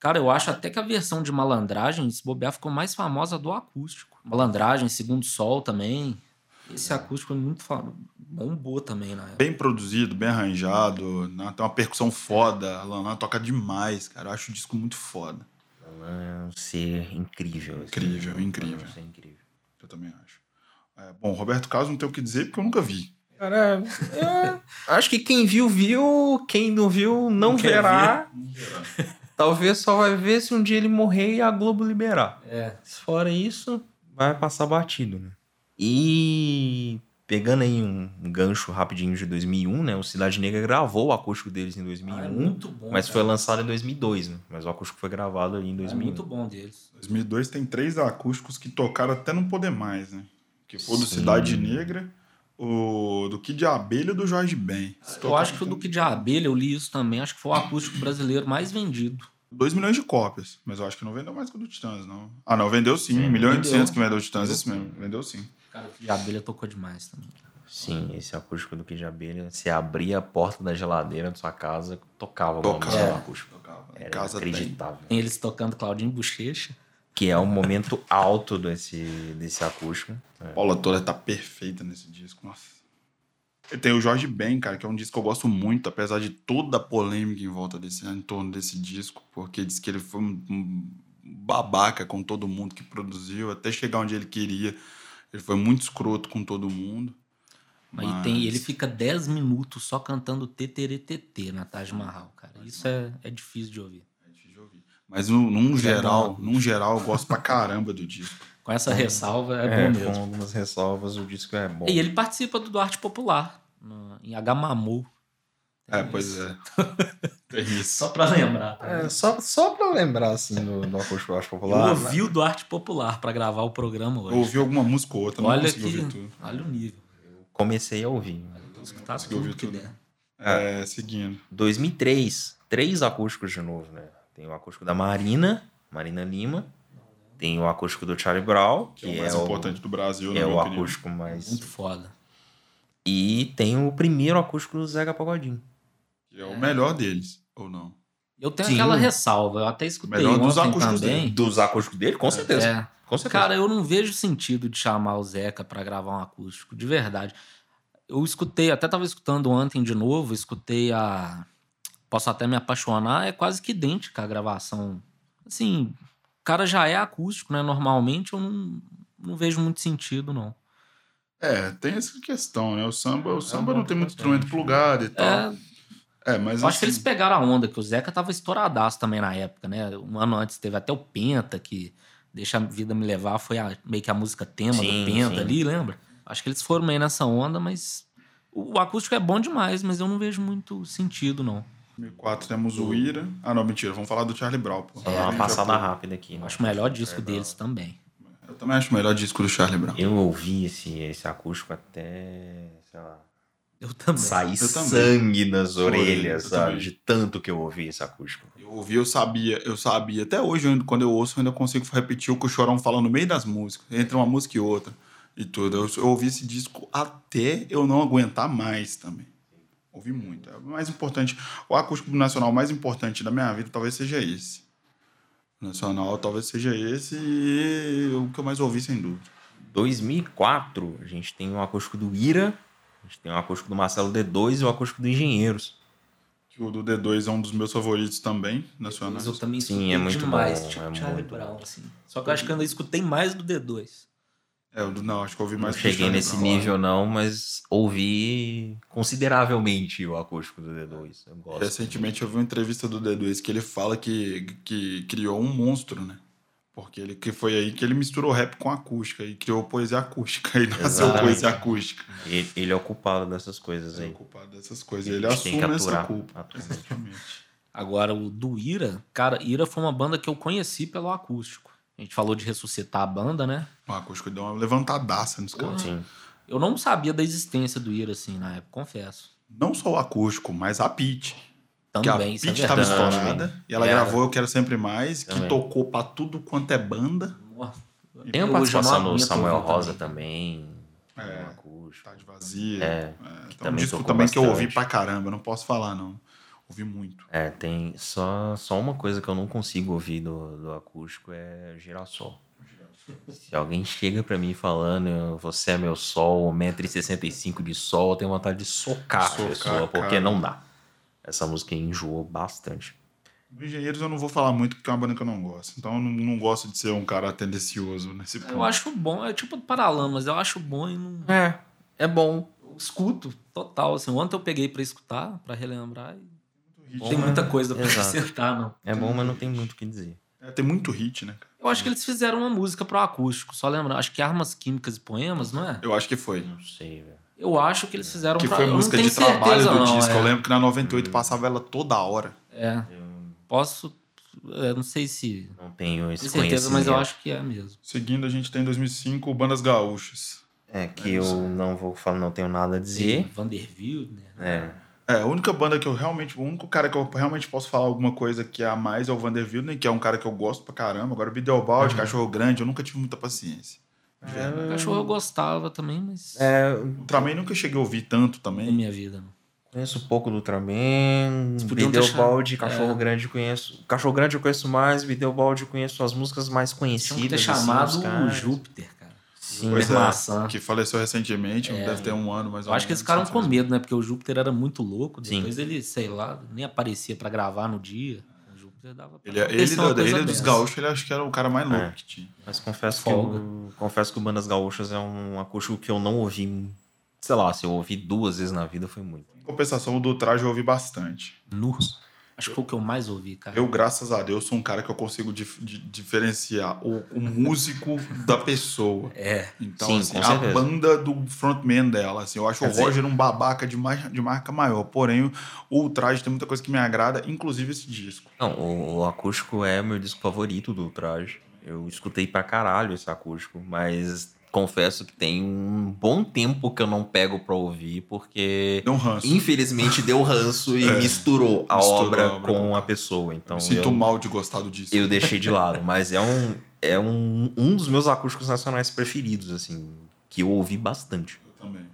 Cara, eu acho até que a versão de Malandragem, se bobear, ficou mais famosa do acústico. Malandragem, Segundo Sol também. Esse acústico é muito famoso. Bombou também na época. Bem produzido, bem arranjado, né? tem uma percussão foda. A Lana toca demais, cara. Eu acho o disco muito foda. Ela é um ser incrível. assim. Incrível, incrível. É um ser incrível. Eu também acho. É, bom, Roberto Carlos não tem o que dizer porque eu nunca vi. Cara, acho que quem viu, viu. Quem não viu, não quer verá. né? Talvez só vai ver se um dia ele morrer e a Globo liberar. É. Fora isso, vai passar batido, né? E pegando aí um gancho rapidinho de 2001, né? O Cidade Negra gravou o acústico deles em 2001. Ah, é muito bom. né? Mas cara. foi lançado em 2002, né? Mas o acústico foi gravado ali em É 2001. muito bom deles. 2002 tem três acústicos que tocaram até não poder mais, né? Que foi o do Sim. Cidade Negra, o do Kid Abelha e do Jorge Ben. Eu acho que o do Kid de Abelha, eu li isso também, acho que foi o acústico brasileiro mais vendido. 2 milhões de cópias, mas eu acho que não vendeu mais que o do Titãs, não. Ah, não, vendeu sim, Sim, 1 milhão e vendeu. 800 que vendeu o Titãs, isso mesmo, vendeu sim. Cara, o Kid de Abelha tocou demais também. Sim, esse acústico do Kid de Abelha. Você abria a porta da geladeira da sua casa, tocava alguma Tocava. música É. no acústico. Em Era casa tem. inacreditável. Tem eles tocando Claudinho Bochecha. Que é o momento alto desse, desse acústico. A Paula toda tá perfeita nesse disco, nossa. E tem o Jorge Ben, cara, que é um disco que eu gosto muito, apesar de toda a polêmica em volta desse, em torno desse disco, porque diz que ele foi um, um babaca com todo mundo que produziu, até chegar onde ele queria. Ele foi muito escroto com todo mundo. Aí tem, ele fica 10 minutos só cantando TTRTT na Taj Mahal, cara. Isso é, é difícil de ouvir. Mas no- num é geral, num geral, eu gosto pra caramba do [LAUGHS] disco. Com essa ressalva, é, É, bom com mesmo. algumas ressalvas, o disco é bom. E ele participa do Duarte Popular, no- em Hamamu. É, pois é. Tem isso. [LAUGHS] Só pra lembrar. tá? É, só, só pra lembrar, assim, do, do acústico eu acho Eu popular. né? ouvi o Duarte Popular pra gravar o programa Eu hoje. ouvi alguma música ou outra, não Olha consegui que. ouvir tudo. Olha o nível. Comecei a ouvir. Vou escutar Consegui ouvir tudo tudo. que der. É, seguindo. 2003, três acústicos de novo, né? Tem o acústico da Marina, Marina Lima. Tem o acústico do Charlie Brown, Que é o mais importante do Brasil, na é o minha opinião. acústico mais. Muito foda. E tem o primeiro acústico do Zeca Pagodinho. Que é o melhor deles, ou não? Eu tenho Sim. aquela ressalva, eu até escutei Melhor dos ontem acústicos também. Dos acústicos dele, com certeza. É. Com certeza. Cara, eu não vejo sentido de chamar o Zeca pra gravar um acústico, de verdade. Eu escutei, até tava escutando ontem de novo, escutei a. Posso até me apaixonar, é quase que idêntica a gravação. Assim, o cara já é acústico, né? Normalmente eu não, não vejo muito sentido, não. É, tem essa questão, né? O samba, o samba um não ponto tem muito importante. instrumento plugado e É, tal. É, mas eu acho que eles assim, pegaram a onda, que o Zeca tava estouradaço também na época, né? Um ano antes teve até o Penta, que Deixa a Vida Me Levar foi a- meio que a música tema Sim, do Penta sim. ali, lembra? Acho que eles foram meio nessa onda, mas o o acústico é bom demais, mas eu não vejo muito sentido, não. em 2004 temos o Ira. Ah, não, mentira, vamos falar do Charlie Brown, pô. Só dar uma Já passada foi. rápida aqui. Eu né? acho o melhor disco deles também. Eu também acho o melhor disco do Charlie Brown. Eu ouvi esse, esse acústico até, sei lá, Eu também. sair Eu também. sangue nas Orelha, orelhas, eu sabe? também. De tanto que eu ouvi esse acústico. Eu ouvi, eu sabia, eu sabia. Até hoje, eu ainda- quando eu ouço, eu ainda consigo repetir o que o Chorão fala no meio das músicas, entre uma música e outra. e tudo. Eu, eu ouvi esse disco até eu não aguentar mais também. Ouvi muito. É o mais importante. O acústico nacional mais importante da minha vida talvez seja esse. Nacional talvez seja esse e o que eu mais ouvi, sem dúvida. 2004, a gente tem o acústico do Ira, a gente tem o acústico do Marcelo D2 e o acústico do Engenheiros. Que o do D2 é um dos meus favoritos também, nacionais. Mas eu também Sim, escutei é muito demais bom, Ch- é Charlie muito Brown, assim. Só que eu acho que eu ainda escutei mais do D2. É, o do- não, acho que eu ouvi Não mais. que o cheguei Charlie nesse Brown. nível não, mas ouvi consideravelmente o acústico do D2. Eu gosto. Recentemente eu vi uma entrevista do D2 que ele fala que, que criou um monstro, né? Porque ele, que foi aí que ele misturou rap com acústica e criou poesia acústica e [LAUGHS] nasceu Exatamente. poesia acústica. Ele, ele é o culpado dessas coisas Ele é aí. culpado dessas coisas. A Ele gente tem assume que essa aturar culpa. atualmente. Exatamente. Agora, o do Ira, cara, Ira foi uma banda que eu conheci pelo acústico. A gente falou de ressuscitar a banda, né? O acústico deu uma levantadaça nos caras. Sim. Eu não sabia da existência do Ira, assim, na época, confesso. Não só o acústico, mas a Pete. Que a Também, isso é Pete verdade. tava verdade. estourada. E ela Era. gravou Eu Quero Sempre Mais, que É. Também. tocou pra tudo quanto é banda. Ó, Tem a eu hoje eu não participação do aguento Samuel ouvir Rosa também. É. no acústico. Tarde Vazia. É, que Então, um também disco tocou também que eu ouvi bastante. pra caramba. Não posso falar, não. Ouvi muito. É, tem só, só uma coisa que eu não consigo ouvir do, do acústico é girassol. Se alguém chega pra mim falando, você é meu sol, 1,65m de sol, eu tenho vontade de socar, Socar, a pessoa, porque cara. não dá. Essa música enjoou bastante. Do Engenheiros eu não vou falar muito, porque é uma banda que eu não gosto. Então eu não, não gosto de ser um cara tendencioso nesse ponto. Eu acho bom, é tipo Paralamas, eu acho bom e não É, é bom. eu escuto total. Assim, ontem eu peguei pra escutar, pra relembrar. E Hit, tem né? muita coisa pra Exato. acrescentar, não. É bom, mas não tem muito o que dizer. é, tem muito hit, né? cara? Eu acho que eles fizeram uma música pro acústico, só lembrando. Acho que Armas Químicas e Poemas, não é? Eu acho que foi. Não sei, velho. Eu acho que eles fizeram Que um pra- foi eu não música tenho de trabalho certeza, do não, disco. é. Eu lembro que na 98 passava ela toda hora. É. Posso. Eu não sei se. Não tenho esse Tenho certeza, conhecimento. mas eu acho que é mesmo. Seguindo, a gente tem em 2005 o Bandas Gaúchas. É que eu não vou falar, não tenho nada a Tem dizer. Vanderbilt, né? É, É, a única banda que eu realmente. O único cara que eu realmente posso falar alguma coisa que é a mais é o Vander Wilden, que é um cara que eu gosto pra caramba. Agora o Bidelbald, Uhum. Cachorro Grande, eu nunca tive muita paciência. De verdade. Cachorro eu gostava também, mas. é O Ultraman nunca cheguei a ouvir tanto Na também. minha vida, né? não. Conheço um pouco do Ultraman, podiam Bideu deixar- é. Balde, Cachorro Grande conheço. Cachorro Grande eu conheço mais, Bideu Balde eu conheço as músicas mais Tinha um que ter conhecidas. assim, chamado os o caras. Júpiter, cara. Sim, Pois Pois é, Maçã. Que faleceu recentemente, Uhum. É. deve ter um ano mais ou Eu acho que eles ficaram com menos. medo, né? Porque o Júpiter era muito louco. Sim. Depois ele, sei lá, nem aparecia pra gravar no dia. O Júpiter dava pra Ele, é- ele, acontecer é uma ele, dos coisa dessa. gaúchos, ele acho que era o cara mais louco É. que tinha. mas confesso que, Folga. eu, confesso que o Bandas Gaúchas é um acústico que eu não ouvi, sei lá, se eu ouvi duas vezes na vida foi muito. Em compensação, o do traje eu ouvi bastante. Nu. Acho que foi o que eu mais ouvi, cara. Eu, graças a Deus, sou um cara que eu consigo dif- di- diferenciar o, o músico [LAUGHS] da pessoa. É. Então, Sim, assim, com a certeza. banda do frontman dela, assim, eu acho Quer o dizer- Roger um babaca de, mais, de marca maior. Porém, o, o traje tem muita coisa que me agrada, inclusive esse disco. Não, o, o acústico é o meu disco favorito do Traje. Eu escutei pra caralho esse acústico, mas confesso que tem um bom tempo que eu não pego pra ouvir, porque Deu um ranço. infelizmente deu ranço e [LAUGHS] É. misturou a Misturou obra, a obra com com- a pessoa. Então Me sinto eu, mal de gostar do disco. eu deixei de lado, mas é um é um, um dos meus acústicos nacionais preferidos, assim, que eu ouvi bastante. Eu também.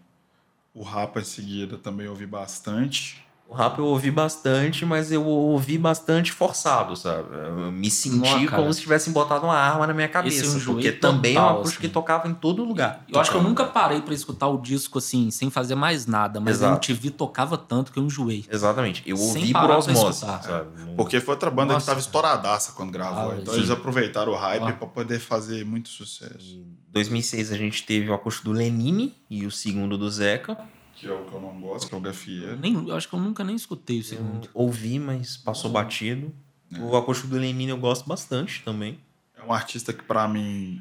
O Rapa em seguida também eu ouvi bastante. O rap eu ouvi bastante, mas eu ouvi bastante forçado, sabe? Eu me senti Nó, cara. como se tivessem botado uma arma na minha cabeça, Esse eu enjoei porque também é um total, acústico assim. que tocava em todo lugar. Eu acho que eu nunca parei pra escutar o disco assim, sem fazer mais nada, mas Exato. a MTV tocava tanto que eu enjoei. Exatamente, eu Sem ouvi por parar pra osmose, escutar. sabe? Não- Porque foi outra banda Nossa, que tava estouradaça quando gravou. Ah, então sim. eles aproveitaram o hype Ah. pra poder fazer muito sucesso. Em 2006 a gente teve o acústico do Lenine e o segundo do Zeca. Que é o que eu não gosto, que é o Eu, Gafieira. nem, eu acho que eu nunca nem escutei o Eu segundo. ouvi, mas passou batido. É. O acústico do Lenine eu gosto bastante também. É um artista que pra mim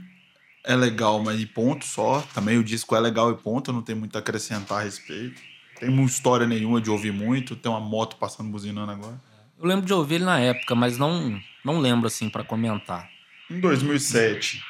é legal, mas e ponto só. Também o disco é legal e ponto, não tem muito a acrescentar a respeito. Tem uma história nenhuma de ouvir muito, tem uma moto passando buzinando agora. Eu lembro de ouvir ele na época, mas não, não lembro assim pra comentar. Em 2007,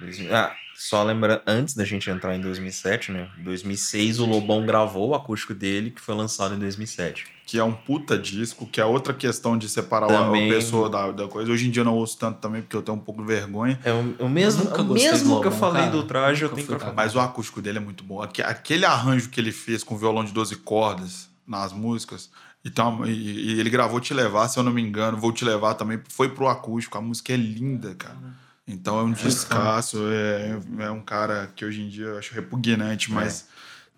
2000 Ah, só lembrar, antes da gente entrar em 2007, né? Em 2006 o Lobão gravou o acústico dele, que foi lançado em 2007. que é um puta disco, que é outra questão de separar o- Também. a pessoa da, da coisa. Hoje em dia eu não ouço tanto também, porque eu tenho um pouco de vergonha. É o, o mesmo, nunca o gostei do mesmo que eu Lobão, falei cara. do traje, eu Nunca tenho fui que falar. cara. Mas o acústico dele é muito bom. Aque- Aquele arranjo que ele fez com violão de 12 cordas nas músicas. Então, e, e ele gravou Te Levar, se eu não me engano. Vou Te Levar também. Foi pro acústico. A música é linda, cara. Então é um descasso. É, é um cara que hoje em dia eu acho repugnante, É. mas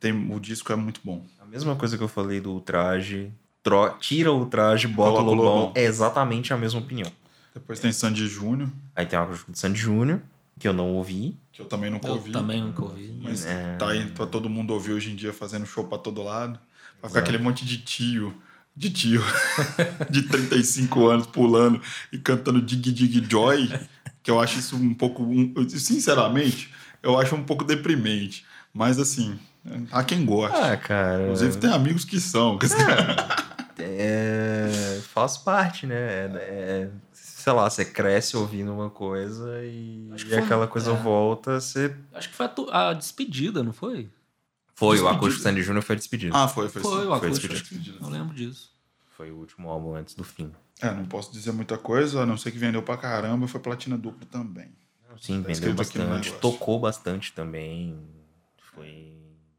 tem, o disco é muito bom. A mesma coisa que eu falei do traje, tro- tira o traje, bota Coloca o o Lobão, Lobão. é exatamente a mesma opinião. Depois tem Sandy Júnior, Aí tem o acústico de Sandy Júnior, que eu não ouvi. que eu também nunca Eu ouvi. também nunca ouvi. Mas tá aí pra todo mundo ouvir hoje em dia, fazendo show pra todo lado. Vai ficar aquele monte de tio, de tio, [LAUGHS] de 35 anos pulando e cantando Dig Dig Joy, que eu acho isso um pouco. um- sinceramente, eu acho um pouco deprimente. Mas assim, há quem gosta. Ah, cara. Inclusive, tem amigos que são. que- É, faz parte, né? É, é- sei lá, você cresce ouvindo uma coisa e, Acho que e foi- aquela coisa é. volta, você. Acho que foi a, tu- a despedida, não foi? Foi, o acústico Sandy Júnior foi despedido. Ah, foi, foi. Foi sim. o acústico. despedida. Eu lembro disso. Foi o último álbum antes do fim. É, não posso dizer muita coisa, a não ser que vendeu pra caramba, foi platina dupla também. Sim, Tá vendeu escrito aqui no bastante, negócio. tocou bastante também. Foi.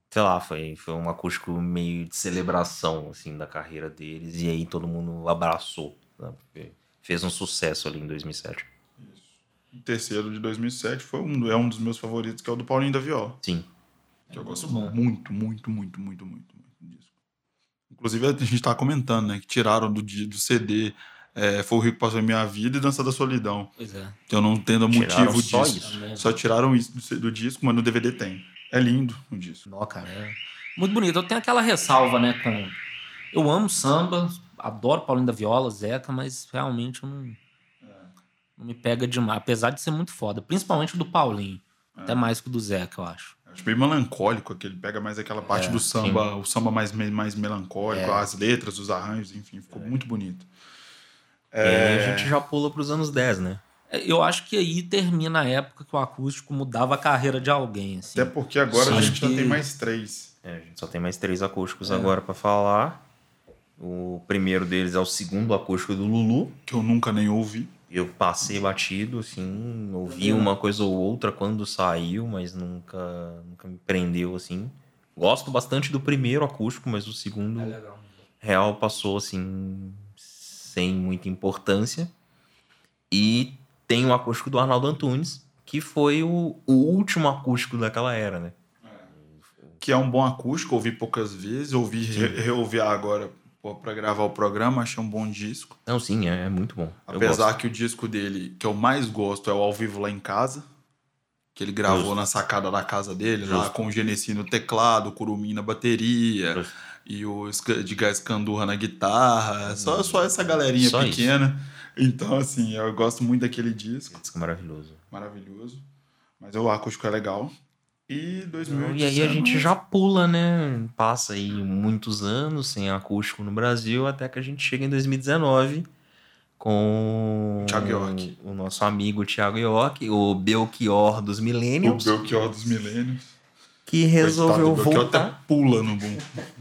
Sei lá, foi, foi um acústico meio de celebração, assim, da carreira deles. E aí todo mundo abraçou. sabe? Porque Fez um sucesso ali em 2007. O terceiro de 2007 foi um, é um dos meus favoritos, que é o do Paulinho da Viola. Sim. Que eu gosto bom. muito, muito, muito, muito, muito, muito disso. Inclusive, a gente tava comentando, né? Que tiraram do, di- do CD é, Foi o Rico Passou em Minha Vida e Dança da Solidão. Pois é. Que eu não entendo o Tiraram motivo só disso. isso. Também. é Só tiraram isso do, C- do disco, mas no DVD tem. É lindo o disco. Nó, cara, é muito bonito. Eu tenho aquela ressalva, né, com... Eu amo samba, adoro Paulinho da Viola, Zeca, mas realmente eu não... Não me pega demais, apesar de ser muito foda. Principalmente o do Paulinho. É. Até mais que o do Zeca, eu acho. Acho bem melancólico aquele. Pega mais aquela É, parte do samba, o samba mais, me- mais melancólico, as letras, os arranjos, enfim, ficou É. muito bonito. E aí a gente já pula pros anos 10, né? É, Eu acho que aí termina a época que o acústico mudava a carreira de alguém, assim. Até porque agora a Sim. gente já tem mais três. É, a gente só tem mais três acústicos agora pra falar. O primeiro deles é o segundo acústico do Lulu. Que eu nunca nem ouvi. Eu passei batido, assim, ouvi uma coisa ou outra quando saiu, mas nunca, nunca me prendeu, assim. Gosto bastante do primeiro acústico, mas o segundo legal. real passou, assim, sem muita importância. E tem o acústico do Arnaldo Antunes, que foi o, o último acústico daquela era, né? que é um bom acústico, ouvi poucas vezes, ouvi re- reouvi agora pô, pra gravar o programa, achei um bom disco. Não, sim, é, é muito bom. Eu gosto. Apesar que o disco dele, que eu mais gosto, é o Ao Vivo Lá em Casa, que ele gravou Justo. na sacada da casa dele, lá Justo. com o Genesi no teclado, o Curumi na bateria, Justo. e o Sc- de Gás Candurra na guitarra, só, só essa galerinha Hum. Só isso. pequena. Então, assim, eu gosto muito daquele disco, Isso que é maravilhoso. maravilhoso, mas o acústico é legal. E 2018. E aí a gente já pula, né? Passa aí muitos anos sem acústico no Brasil, até que a gente chega em 2019 com Thiago York. o nosso amigo Thiago York, o Belchior dos O Millennials, Belchior dos Milênios. que Coitado resolveu do Belchior voltar. até pula no bum-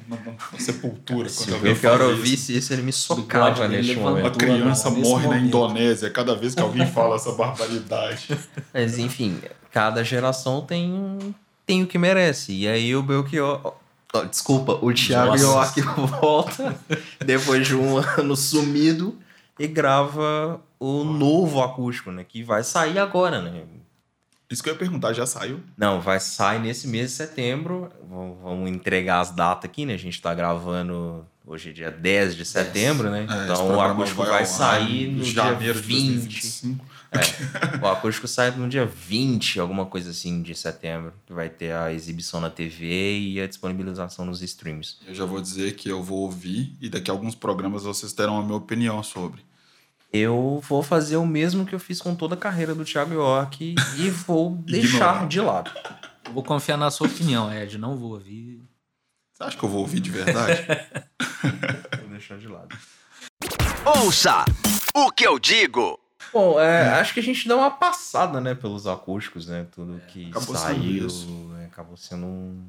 na, na- na sepultura Se quando o alguém Belchior fala isso. ouvisse isso, ele me God, socava ele neste levantou. momento. Uma criança Nesse morre na momento. Indonésia cada vez que alguém fala essa barbaridade. Mas enfim, cada geração tem, um- tem o que merece. E aí o Belchior. ó, ó, desculpa, o Thiago Nossa. York [LAUGHS] volta depois de um ano sumido e grava o novo acústico, né? Que vai sair agora, né? Isso que eu ia perguntar, já saiu? Não, vai sair nesse mês de setembro. Vamos vamos entregar as datas aqui, né? A gente tá gravando hoje é dia 10 de setembro, né? É, esse então o programa acústico ao vai ar sair em no janeiro dia 20. 2025. O acústico sai no dia 20, alguma coisa assim, de setembro, que vai ter a exibição na TV e a disponibilização nos streams. Eu já vou dizer que eu vou ouvir e daqui a alguns programas vocês terão a minha opinião sobre. Eu vou fazer o mesmo que eu fiz com toda a carreira do Thiago York [LAUGHS] e vou deixar Ignorar. de lado. Eu vou confiar na sua opinião, Ed. Não vou ouvir. Você acha que eu vou ouvir de verdade? [LAUGHS] Vou deixar de lado. Ouça o que eu digo. Bom, é, acho que a gente dá uma passada, né, pelos acústicos, né? Tudo que acabou sendo saiu isso. né, acabou sendo um,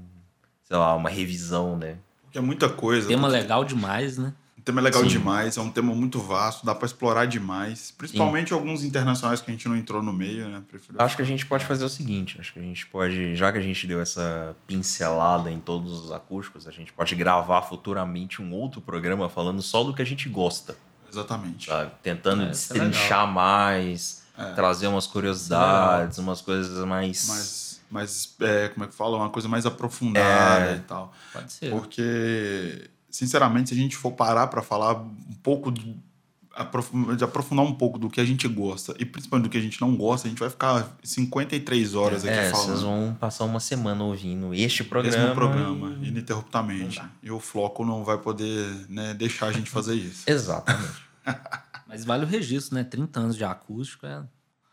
sei lá, uma revisão, né? Porque é muita coisa. Tema legal demais, né? O tema é legal Sim. demais, é um tema muito vasto, dá pra explorar demais. Principalmente alguns internacionais que a gente não entrou no meio, né? Prefiro... Acho que a gente pode fazer o seguinte, acho que a gente pode, já que a gente deu essa pincelada em todos os acústicos, a gente pode gravar futuramente um outro programa falando só do que a gente gosta, Exatamente. sabe? Tentando É, isso é destrinchar mais, É. trazer umas curiosidades, umas coisas mais... Mas, mas é, como é que fala? Uma coisa mais aprofundada É. e tal. Pode ser. Porque, sinceramente, se a gente for parar pra falar um pouco de, aprof- de aprofundar um pouco do que a gente gosta e principalmente do que a gente não gosta, a gente vai ficar 53 horas aqui É, vocês falando. vão passar uma semana ouvindo este Mesmo programa. programa, e- ininterruptamente. Não dá. E o Floco não vai poder né, deixar a gente fazer isso. Exatamente. [LAUGHS] Mas vale o registro, né? 30 anos de acústico é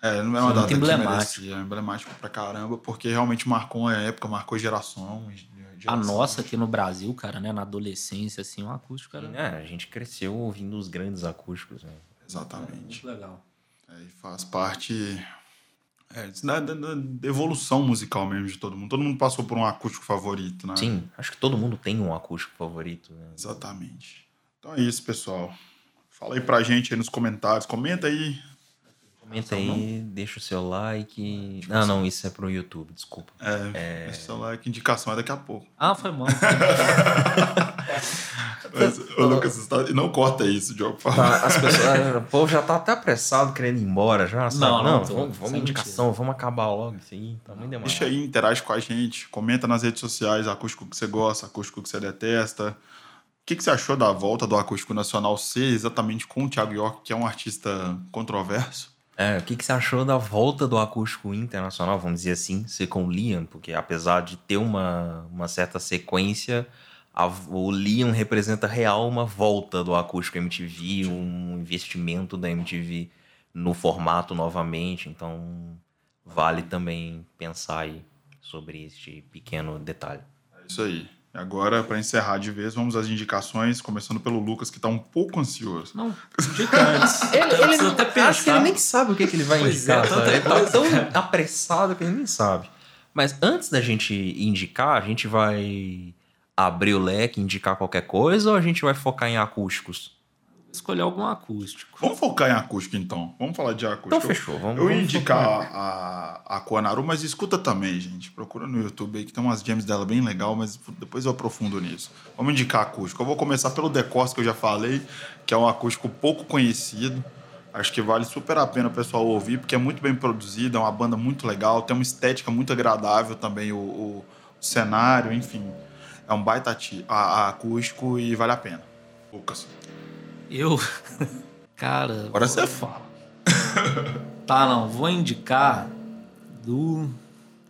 É, não é uma Muito data que emblemático. merecia, é emblemático pra caramba, porque realmente marcou a época, marcou geração. ge- a geração. nossa aqui no Brasil, cara, né? Na adolescência, assim, o acústico era É, a gente cresceu ouvindo os grandes acústicos. Né? Exatamente. muito legal. É, e faz parte é, isso da, da- da- da evolução musical mesmo de todo mundo. Todo mundo passou por um acústico favorito, né? Sim, acho que todo mundo tem um acústico favorito. Né? Exatamente. Então é isso, pessoal. Fala aí pra gente aí nos comentários. Comenta aí. Comenta aí, deixa o seu like. Ah, Tá não, isso é pro YouTube, desculpa. É, Esse celular que indicação é daqui a pouco. Ah, foi mal. Mas, ô, Lucas, você tá- não corta isso, Diogo. por favor. Tá, as pessoas, [LAUGHS] o povo já tá até apressado querendo ir embora já, sabe? Não, não, tô- vamos, isso vamos é indicação, vamos acabar logo isso aí, tá muito demorado. Deixa aí, interage com a gente, comenta nas redes sociais acústico que você gosta, acústico que você detesta. O que, que você achou da volta do acústico nacional ser exatamente com o Thiago York, que é um artista controverso? É, o que, que você achou da volta do acústico internacional, vamos dizer assim, ser com o Liam? Porque apesar de ter uma, uma certa sequência, a- o Liam representa real uma volta do acústico MTV, um investimento da MTV no formato novamente. Então, vale também pensar aí sobre este pequeno detalhe. É isso aí. E agora, pra encerrar de vez, vamos às indicações, começando pelo Lucas, que tá um pouco ansioso. Não, [LAUGHS] indica antes. Eu preciso até acho que ele pensar. nem sabe o que, que ele vai Pois indicar. é, sabe? tanta ele tá coisa, [LAUGHS] tão apressado que ele nem sabe. Mas antes da gente indicar, a gente vai abrir o leque, indicar qualquer coisa ou a gente vai focar em acústicos? Escolher algum acústico. Vamos focar em acústico, então. Vamos falar de acústico. Então fechou, vamos. Eu vamos ia indicar focar. a, a Koanaru, mas escuta também, gente. Procura no YouTube aí que tem umas gems dela bem legal, mas depois eu aprofundo nisso. Vamos indicar acústico. Eu vou começar pelo Decosta, que eu já falei, que é um acústico pouco conhecido. Acho que vale super a pena o pessoal ouvir, porque é muito bem produzido, é uma banda muito legal, tem uma estética muito agradável também, o, o- o cenário, enfim. É um baita ati- a- a acústico e vale a pena. Lucas, Eu. [LAUGHS] Cara. agora você é fala. [LAUGHS] Tá, não. Vou indicar do.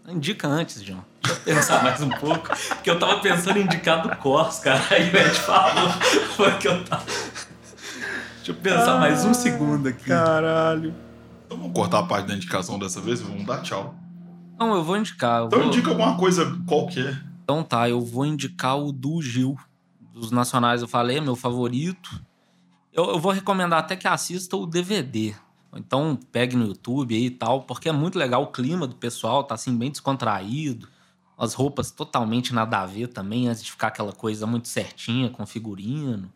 Indica antes, John. Deixa eu pensar mais um pouco. Porque eu tava pensando em indicar do Cors, cara. Aí o Ed falou. [LAUGHS] Foi que eu tava. Deixa eu pensar mais um segundo aqui. Caralho. Então vamos cortar a parte da indicação dessa vez e vamos dar tchau. Não, eu vou indicar. Eu Então vou- indica alguma coisa qualquer. Então tá, eu vou indicar o do Gil. Dos nacionais eu falei, é meu favorito. Eu, eu vou recomendar até que assista o DVD. Ou Então pegue no YouTube aí e tal, porque é muito legal o clima do pessoal, tá assim, bem descontraído. As roupas totalmente nada a ver também, antes de ficar aquela coisa muito certinha, com figurino.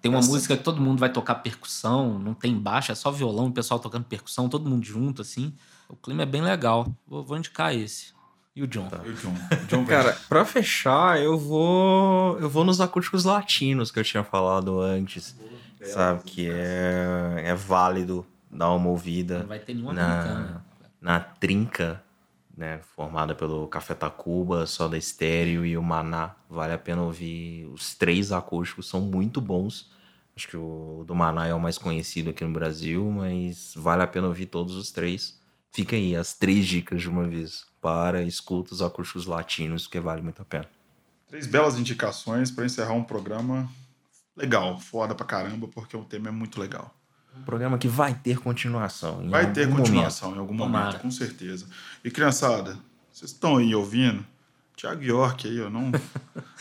Tem uma Essa- música que todo mundo vai tocar percussão, não tem baixo, é só violão, o pessoal tocando percussão, todo mundo junto, assim. O clima é bem legal. Vou, vou indicar esse. E o John? Tá. Eu, John. John Cara, pra fechar, eu vou. Eu vou nos acústicos latinos que eu tinha falado antes. Sabe? Que é, é válido dar uma ouvida. Não vai ter nenhuma na- americana. na Trinca, né, formada pelo Café Tacuba, Soda Estéreo e o Maná. Vale a pena ouvir. Os três acústicos são muito bons. Acho que o do Maná é o mais conhecido aqui no Brasil, mas vale a pena ouvir todos os três. Fica aí as três dicas de uma vez. Para, escuta os acústicos latinos, que vale muito a pena. Três belas indicações pra encerrar um programa legal, foda pra caramba, porque o tema é muito legal. Um programa que vai ter continuação. em Vai ter algum continuação em algum Tomara. momento, com certeza. E criançada, vocês estão aí ouvindo? Tiago York aí, ó, não,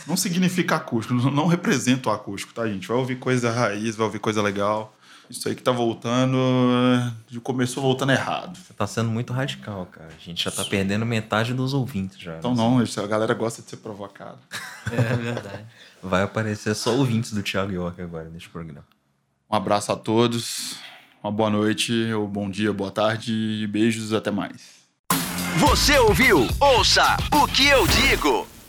não significa acústico, não, não representa o acústico, tá, gente? Vai ouvir coisa raiz, vai ouvir coisa legal. momento. Isso aí que tá voltando. eh, Começou voltando errado. Você tá sendo muito radical, cara. A gente já tá perdendo metade dos ouvintes já. né? Então não, isso- a galera gosta de ser provocada. [LAUGHS] É verdade. Vai aparecer só ouvintes do Thiago York agora neste programa. Um abraço a todos. Uma boa noite, ou bom dia, boa tarde e beijos, até mais. Você ouviu? Ouça o que eu digo.